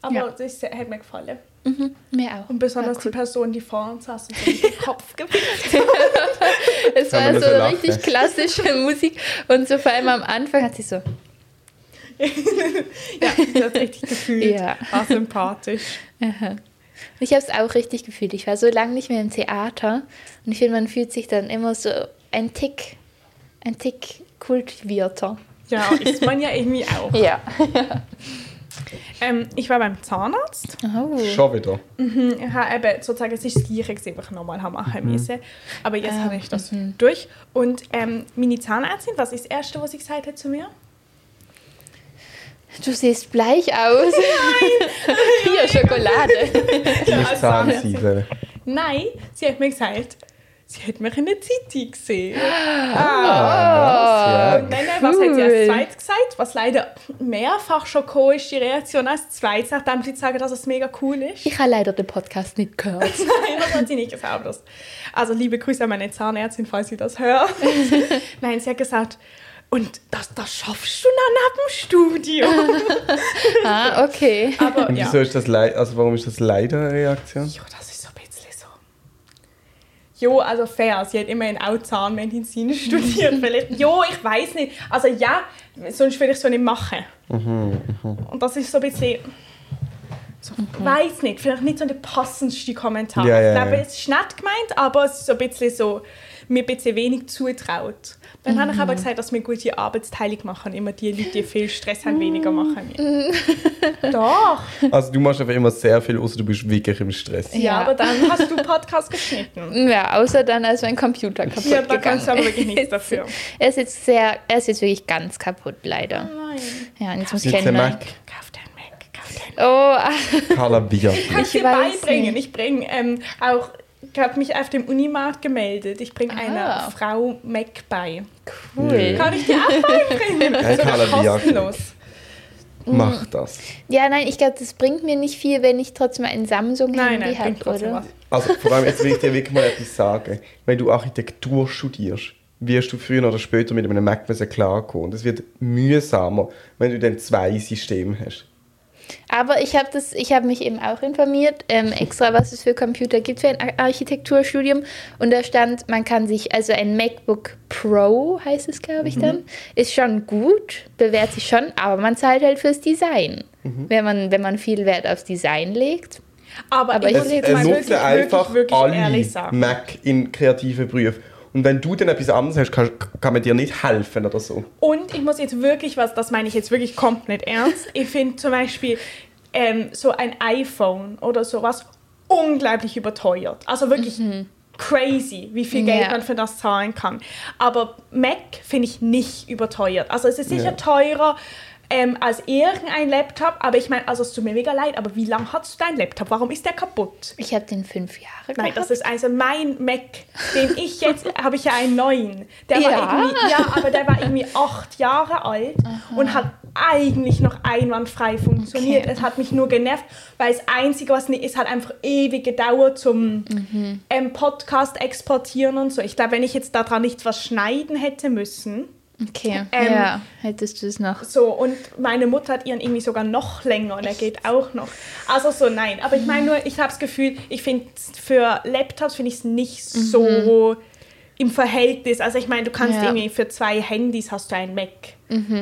S5: Aber
S2: Ja.
S5: das ist sehr- hat mir gefallen.
S2: Mir auch.
S5: Und besonders die Person, die vor uns saß und so mit dem Kopf gewickelt.
S2: Es
S1: Kann
S2: war
S1: man
S2: so
S1: das erlauben?
S2: richtig klassische Musik und so vor allem am Anfang hat sie so,
S5: Ja, das hat richtig gefühlt.
S2: Ja.
S5: War sympathisch.
S2: Ich habe es auch richtig gefühlt. Ich war so lange nicht mehr im Theater und ich finde, man fühlt sich dann immer so ein Tick, ein Tick kultivierter.
S5: Ja, ist man ja irgendwie auch.
S2: Ja.
S5: Ähm, ich war beim Zahnarzt.
S2: Oh.
S1: Schon wieder.
S5: Mhm, Ich habe eben sozusagen, es ist das Gleiche, gewesen, was ich nochmal habe
S1: Mhm.
S5: machen müssen. Aber jetzt habe ich das durch. Und ähm, meine Zahnärztin, was ist das Erste, was sie gesagt hat zu mir?
S2: Du siehst bleich aus. Hier, Schokolade.
S1: Du musst Zahn sein.
S2: Oh.
S5: Nein, sie hat mir gesagt, sie hat mich in der Zeitung gesehen.
S1: Ah, ja.
S5: Nein, nein, was hat sie als
S2: Cool.
S5: zweites gesagt? Was leider mehrfach schon gekommen ist, die Reaktion als zweites, nachdem sie sagen, dass es mega cool ist.
S2: Ich habe leider den Podcast nicht gehört.
S5: Nein, das hat sie nicht gesagt. Das. Also liebe Grüße an meine Zahnärztin, falls sie das hört. Nein, sie hat gesagt, und das, das schaffst du noch nach dem Studium.
S2: Ah, okay.
S5: Aber
S1: Und
S5: ja.
S1: wieso ist das leid, also warum ist das leider eine Reaktion?
S5: Jo, das ist so ein bisschen so. Jo, also fair. Sie hat immerhin auch Zahnmedizin studiert. Vielleicht. Jo, ich weiß nicht. Also ja, sonst würde ich es so nicht machen.
S1: Mhm,
S5: Und das ist so ein bisschen. So, Weiß nicht, vielleicht nicht so der passendste Kommentar.
S1: Ja, ja,
S5: ich glaube,
S1: ja.
S5: es ist nett gemeint, aber es ist so ein bisschen so, mir ein bisschen wenig zutraut. Dann habe ich aber gesagt, dass wir gute Arbeitsteilung machen. Immer die Leute, die viel Stress haben, weniger machen. wir. Mhm. Doch.
S1: Also du machst einfach immer sehr viel, außer du bist wirklich im Stress.
S5: Ja,
S2: Ja.
S5: aber dann hast du Podcast geschnitten.
S2: Ja, außer dann, als mein Computer kaputt
S5: Ja, da
S2: gegangen
S5: kannst du aber wirklich nichts
S2: ist.
S5: dafür.
S2: Er ist jetzt sehr, er ist jetzt wirklich ganz kaputt, leider.
S5: Nein.
S2: Ja, und jetzt muss ich
S1: Jetzt der
S2: einen neuen-
S1: Mac,
S5: Kauf den Mac, kauf den.
S2: Oh, ah,
S1: Carla Bier.
S5: Kann ich dir
S2: weiß
S5: beibringen. Ich bringe ähm, auch, ich habe mich auf dem Unimarkt gemeldet. Ich bringe einer Frau Mac bei.
S2: cool.
S1: Ja.
S5: Kann ich dir auch beibringen?
S1: Ja,
S5: Sogar
S1: Carla Bianchi.
S5: kostenlos.
S1: Mach das.
S2: Ja, nein, ich glaube, das bringt mir nicht viel, wenn ich trotzdem einen
S5: Nein,
S2: Samsung-Handy
S5: nein, bringt
S2: habe,
S5: trotzdem
S2: oder?
S5: was.
S1: Also vor allem, jetzt will ich dir wirklich mal etwas sagen. Wenn du Architektur studierst, wirst du früher oder später mit einem Mac müssen klarkommen. Und es wird mühsamer, wenn du dann zwei Systeme hast.
S2: Aber ich habe das, ich habe mich eben auch informiert, ähm, extra, was es für Computer gibt für ein Ar- Architekturstudium. Und da stand, man kann sich, also ein MacBook Pro heißt es, glaube
S5: Mhm.
S2: ich, dann, ist schon gut, bewährt sich schon, aber man zahlt halt fürs Design.
S5: Mhm.
S2: Wenn man, wenn man viel Wert aufs Design legt.
S5: Aber,
S2: Aber
S5: ich
S2: es-
S1: Es,
S5: muss Oh jetzt
S1: es
S5: mal
S1: nutzen
S5: wirklich,
S1: einfach
S5: wirklich, wirklich
S1: alle
S5: ehrlich sagen.
S1: Mac in kreativen Berufen. Und wenn du dann etwas anderes hast, kann, kann man dir nicht helfen oder so.
S5: Und ich muss jetzt wirklich was, das meine ich jetzt wirklich komplett ernst. Ich finde zum Beispiel ähm, so ein iPhone oder sowas unglaublich überteuert. Also wirklich crazy, wie viel Geld
S2: Ja.
S5: man für das zahlen kann. Aber Mac finde ich nicht überteuert. Also es ist sicher
S1: Ja.
S5: teurer. Ähm, als irgendein Laptop, aber ich meine, also es tut mir mega leid, aber wie lange hast du deinen Laptop? Warum ist der kaputt?
S2: Ich habe den fünf Jahre
S5: Nein,
S2: gehabt.
S5: das ist also mein Mac, den ich jetzt habe ich ja einen neuen. Der war
S2: Ja.
S5: irgendwie, ja, aber der war irgendwie acht Jahre alt und hat eigentlich noch einwandfrei funktioniert.
S2: Okay.
S5: Es hat mich nur genervt, weil das Einzige, was nicht ist, hat einfach ewig gedauert zum
S2: Mhm.
S5: ähm, Podcast exportieren und so. Ich glaube, wenn ich jetzt daran nicht was schneiden hätte müssen,
S2: okay,
S5: ähm,
S2: ja, hättest du es noch.
S5: so, und meine Mutter hat ihren irgendwie sogar noch länger und er geht auch noch. Also so, nein. Aber ich meine nur, ich habe das Gefühl, ich finde für Laptops finde ich es nicht so im Verhältnis. Also ich meine, du kannst
S2: Mhm. Ja. Mhm.
S5: irgendwie für zwei Handys hast du einen Mac.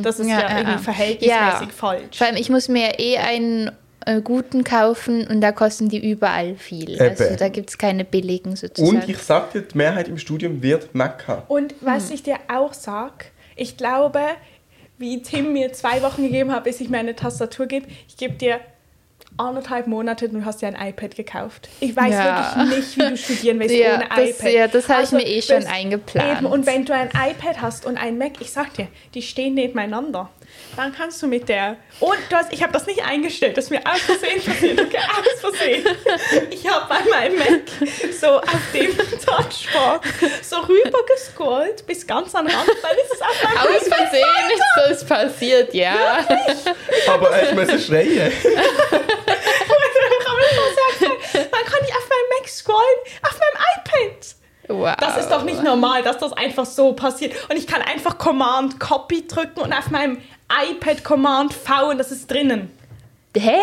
S5: Das ist ja,
S2: Ja, ja,
S5: irgendwie
S2: ja.
S5: verhältnismäßig
S2: Ja.
S5: falsch.
S2: Vor allem, ich muss mir eh einen äh, guten kaufen und da kosten die überall viel. Also
S1: Eben.
S2: da gibt es keine billigen sozusagen.
S1: Und ich sag dir, die Mehrheit im Studium wird Mac haben.
S5: Und was
S2: Mhm.
S5: ich dir auch sag, ich glaube, wie Tim mir zwei Wochen gegeben hat, bis ich mir eine Tastatur gebe, ich gebe dir anderthalb Monate und du hast dir ein iPad gekauft. Ich weiß
S2: Ja.
S5: wirklich nicht, wie du studieren willst
S2: Ja,
S5: ohne
S2: das-
S5: iPad. Also,
S2: ja, das habe ich mir eh schon
S5: das-
S2: eingeplant.
S5: Eben, und wenn du ein iPad hast und ein Mac, ich sag dir, die stehen nebeneinander. Dann kannst du mit der. Und du hast, ich habe das nicht eingestellt, das ist mir aus Versehen passiert. Okay, aus Versehen. Ich habe bei meinem Mac so auf dem Touchbar so rüber gescrollt bis ganz an den Rand, weil es ist auf meinem
S2: Aus Versehen ist das passiert, ja.
S5: Oh,
S1: Aber äh, ich muss schreien.
S5: Dann kann man so sagen, dann kann ich auf meinem Mac scrollen, auf meinem iPad.
S2: Wow.
S5: Das ist doch nicht normal, dass das einfach so passiert. Und ich kann einfach Command Copy drücken und auf meinem iPad Command V und das ist drinnen.
S2: Hä?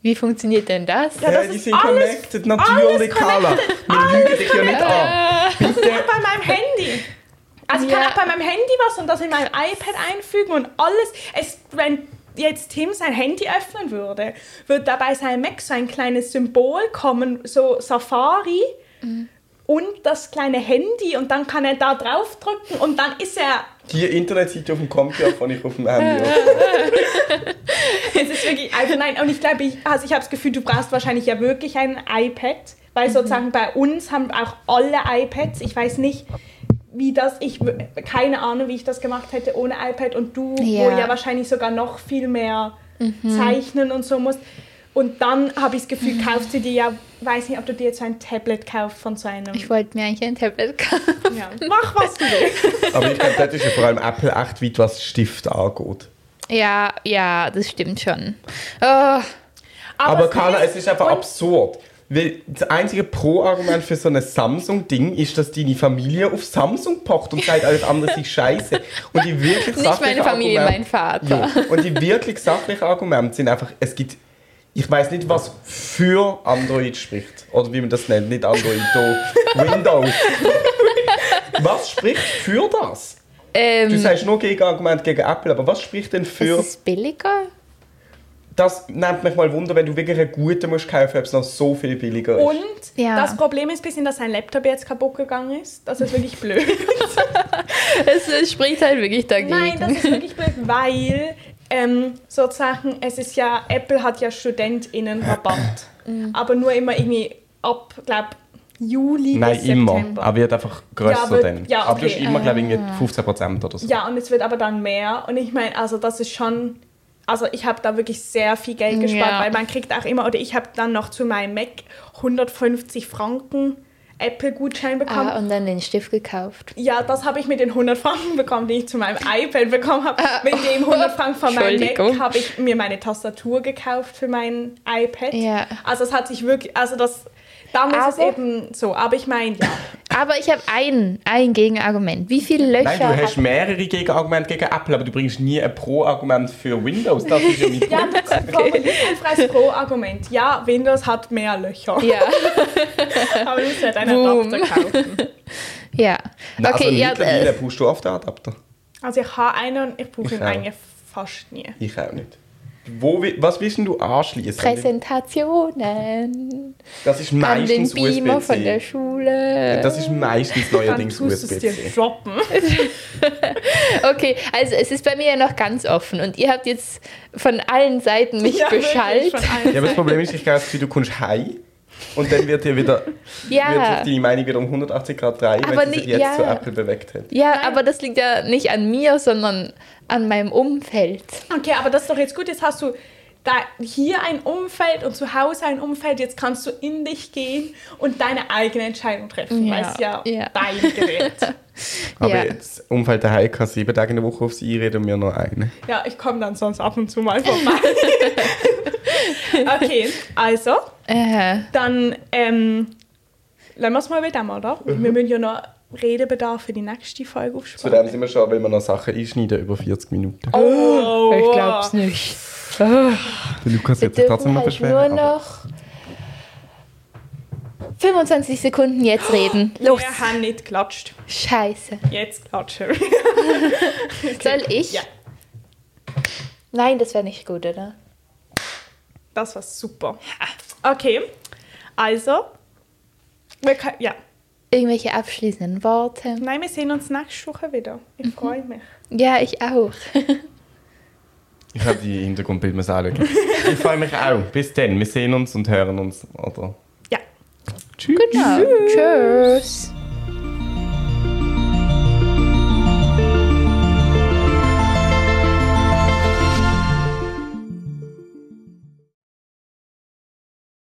S2: Wie funktioniert denn das?
S5: Ja,
S1: Ja,
S5: das
S1: die
S5: ist
S1: sind
S5: alles-
S1: connected, natürlich,
S5: alles
S1: Carla. Wir lügen dich ja nicht an.
S5: Auch bei meinem Handy. Also ich
S2: Ja.
S5: kann auch bei meinem Handy was und das in meinem iPad einfügen und alles. Es, wenn jetzt Tim sein Handy öffnen würde, würde dabei sein Mac so ein kleines Symbol kommen, so Safari. und das kleine Handy und dann kann er da drauf drücken und dann ist er.
S1: Die Internetseite auf dem Computer habe ich auf dem Handy.
S5: Es ist wirklich, also nein, und ich glaube, ich, also ich habe das Gefühl, du brauchst wahrscheinlich ja wirklich ein iPad, weil sozusagen bei uns haben auch alle iPads. Ich weiß nicht, wie das, ich w- keine Ahnung, wie ich das gemacht hätte ohne iPad und du, wo
S2: Ja. Mhm.
S5: ja wahrscheinlich sogar noch viel mehr zeichnen und so musst. Und dann habe ich das Gefühl, kaufst du dir ja, weiß nicht, ob du dir jetzt so ein Tablet kaufst von so einem.
S2: Ich wollte mir eigentlich ein Tablet kaufen.
S5: ja. Mach was du willst.
S1: Aber ich glaube, dort ist ja vor allem Apple echt weit, was Stift angeht.
S2: Ja, ja, das stimmt schon. Oh,
S1: Aber
S5: es
S1: Carla, es ist einfach
S5: und-
S1: absurd. Weil das einzige Pro-Argument für so ein Samsung-Ding ist, dass deine Familie auf Samsung pocht und sagt, alles andere ist scheiße. Und die wirklich
S2: Nicht meine Familie, mein Vater.
S1: Ja. Und die wirklich sachlichen Argumente sind einfach, es gibt, ich weiß nicht, was für Android spricht. Oder wie man das nennt, nicht Android, da Windows. Was spricht für das? Du
S2: ähm,
S1: sagst nur Gegenargument gegen Apple, aber was spricht denn für...
S2: ist es billiger?
S1: Das nimmt mich mal Wunder, wenn du wirklich einen guten musst kaufen, ob es noch so viel billiger ist.
S5: Und
S2: Ja.
S5: das Problem ist ein bisschen, dass sein Laptop jetzt kaputt gegangen ist. Das ist wirklich blöd.
S2: Es, es spricht halt wirklich dagegen.
S5: Nein, das ist wirklich blöd, weil ähm, sozusagen, es ist ja, Apple hat ja
S1: Äh.
S5: StudentInnen-Rabatt. aber nur immer irgendwie ab, glaube Juli
S1: Nein,
S5: bis
S1: immer.
S5: September.
S1: Aber wird einfach grösser
S5: Ja, aber-
S1: dann.
S5: ja,
S1: Aber du
S5: okay. Ah.
S1: hast immer, glaube ich, irgendwie 15% oder so.
S5: Ja, und es wird aber dann mehr. Und ich meine, also das ist schon. Also ich habe da wirklich sehr viel Geld gespart,
S2: Ja.
S5: weil man kriegt auch immer, oder ich habe dann noch zu meinem Mac 150 Franken Apple-Gutschein bekommen.
S2: ah, und dann den Stift gekauft.
S5: Ja, das habe ich mit den 100 Franken bekommen, die ich zu meinem iPad bekommen habe. Mit dem 100 Franken von meinem Mac
S2: Ah. Entschuldigung.
S5: habe ich mir meine Tastatur gekauft für mein iPad.
S2: Ja.
S5: Also es hat sich wirklich, also das, da muss es
S2: Aber-
S5: eben so. Aber ich meine, ja,
S2: Aber ich habe ein, ein Gegenargument. Wie viele Löcher
S1: Nein, du hast
S2: hat...
S1: mehrere Gegenargumente gegen Apple, aber du bringst nie ein Pro-Argument für Windows. Das ist ja mein
S5: ja
S1: Punkt.
S5: das formuliert einfach als Pro-Argument. Ja, Windows hat mehr Löcher,
S2: Ja,
S5: aber du musst halt einen
S2: Boom.
S5: Adapter kaufen.
S2: ja.
S1: Nein,
S2: Okay,
S1: also
S2: ja,
S1: mittlerweile
S2: äh,
S1: brauchst du oft einen Adapter.
S5: Also ich habe einen und ich brauche
S1: Ich
S5: ihn
S1: auch.
S5: eigentlich fast nie.
S1: Ich auch nicht. Wo, wi- was willst denn du anschließen?
S2: Präsentationen
S1: Das ist
S2: an den
S1: meistens
S2: Beamer von der
S1: USB-C.
S2: Schule.
S1: Das ist meistens
S5: Dann
S1: neuerdings
S5: tust du es dir
S1: USB-C.
S5: droppen.
S2: Okay, also es ist bei mir ja noch ganz offen und ihr habt jetzt von allen Seiten mich
S5: Ja, wirklich,
S2: beschallt.
S5: von allen
S1: Ja, aber das
S5: Seiten.
S1: Problem ist, ich glaube, du kommst heim und dann wird dir wieder wird
S2: Ja,
S1: sich deine Meinung wieder um 180 Grad drehen,
S2: Aber
S1: wenn sie sich
S2: nicht-
S1: jetzt
S2: ja.
S1: zu Apple bewegt hat.
S2: ja aber das liegt ja nicht an mir, sondern an meinem Umfeld.
S5: Okay, aber das ist doch jetzt gut. Jetzt hast du da hier ein Umfeld und zu Hause ein Umfeld. Jetzt kannst du in dich gehen und deine eigene Entscheidung treffen,
S2: Ja,
S5: weil es ja,
S2: ja.
S5: dein Gerät.
S1: Aber
S2: Ja.
S1: jetzt Umfeld der Heike sieben Tage in der Woche aufs I reden und mir noch einen.
S5: ja, ich komme dann sonst ab und zu mal vorbei. okay, also,
S2: Äh,
S5: dann ähm, lassen wir es mal wieder, oder? Wir müssen ja noch Redebedarf für die nächste Folge
S1: Zu dem
S5: aufsparen.
S1: sind wir schon, weil wir noch Sachen einschneiden über 40 Minuten.
S5: Oh,
S2: ich glaub's nicht.
S1: Der Lukas
S2: Wir
S1: wird sich
S2: dürfen
S1: trotzdem noch
S2: halt nur
S1: beschweren. aber-
S2: noch 25 Sekunden jetzt reden. Los.
S5: Wir haben nicht geklatscht.
S2: Scheiße.
S5: Jetzt klatschen.
S2: Soll ich?
S5: Ja.
S2: Nein, das wäre nicht gut, oder?
S5: Das war super. Okay, also, wir können, ja.
S2: Irgendwelche abschließenden Worte.
S5: Nein, wir sehen uns nächste Woche wieder. Ich freue mich.
S2: Ja, ich auch.
S1: Ich habe die Hintergrundbild müssen anschauen. Ich freue mich auch. Bis dann. Wir sehen uns und hören uns. Oder?
S5: Ja.
S1: Tschüss.
S2: Genau. Tschüss.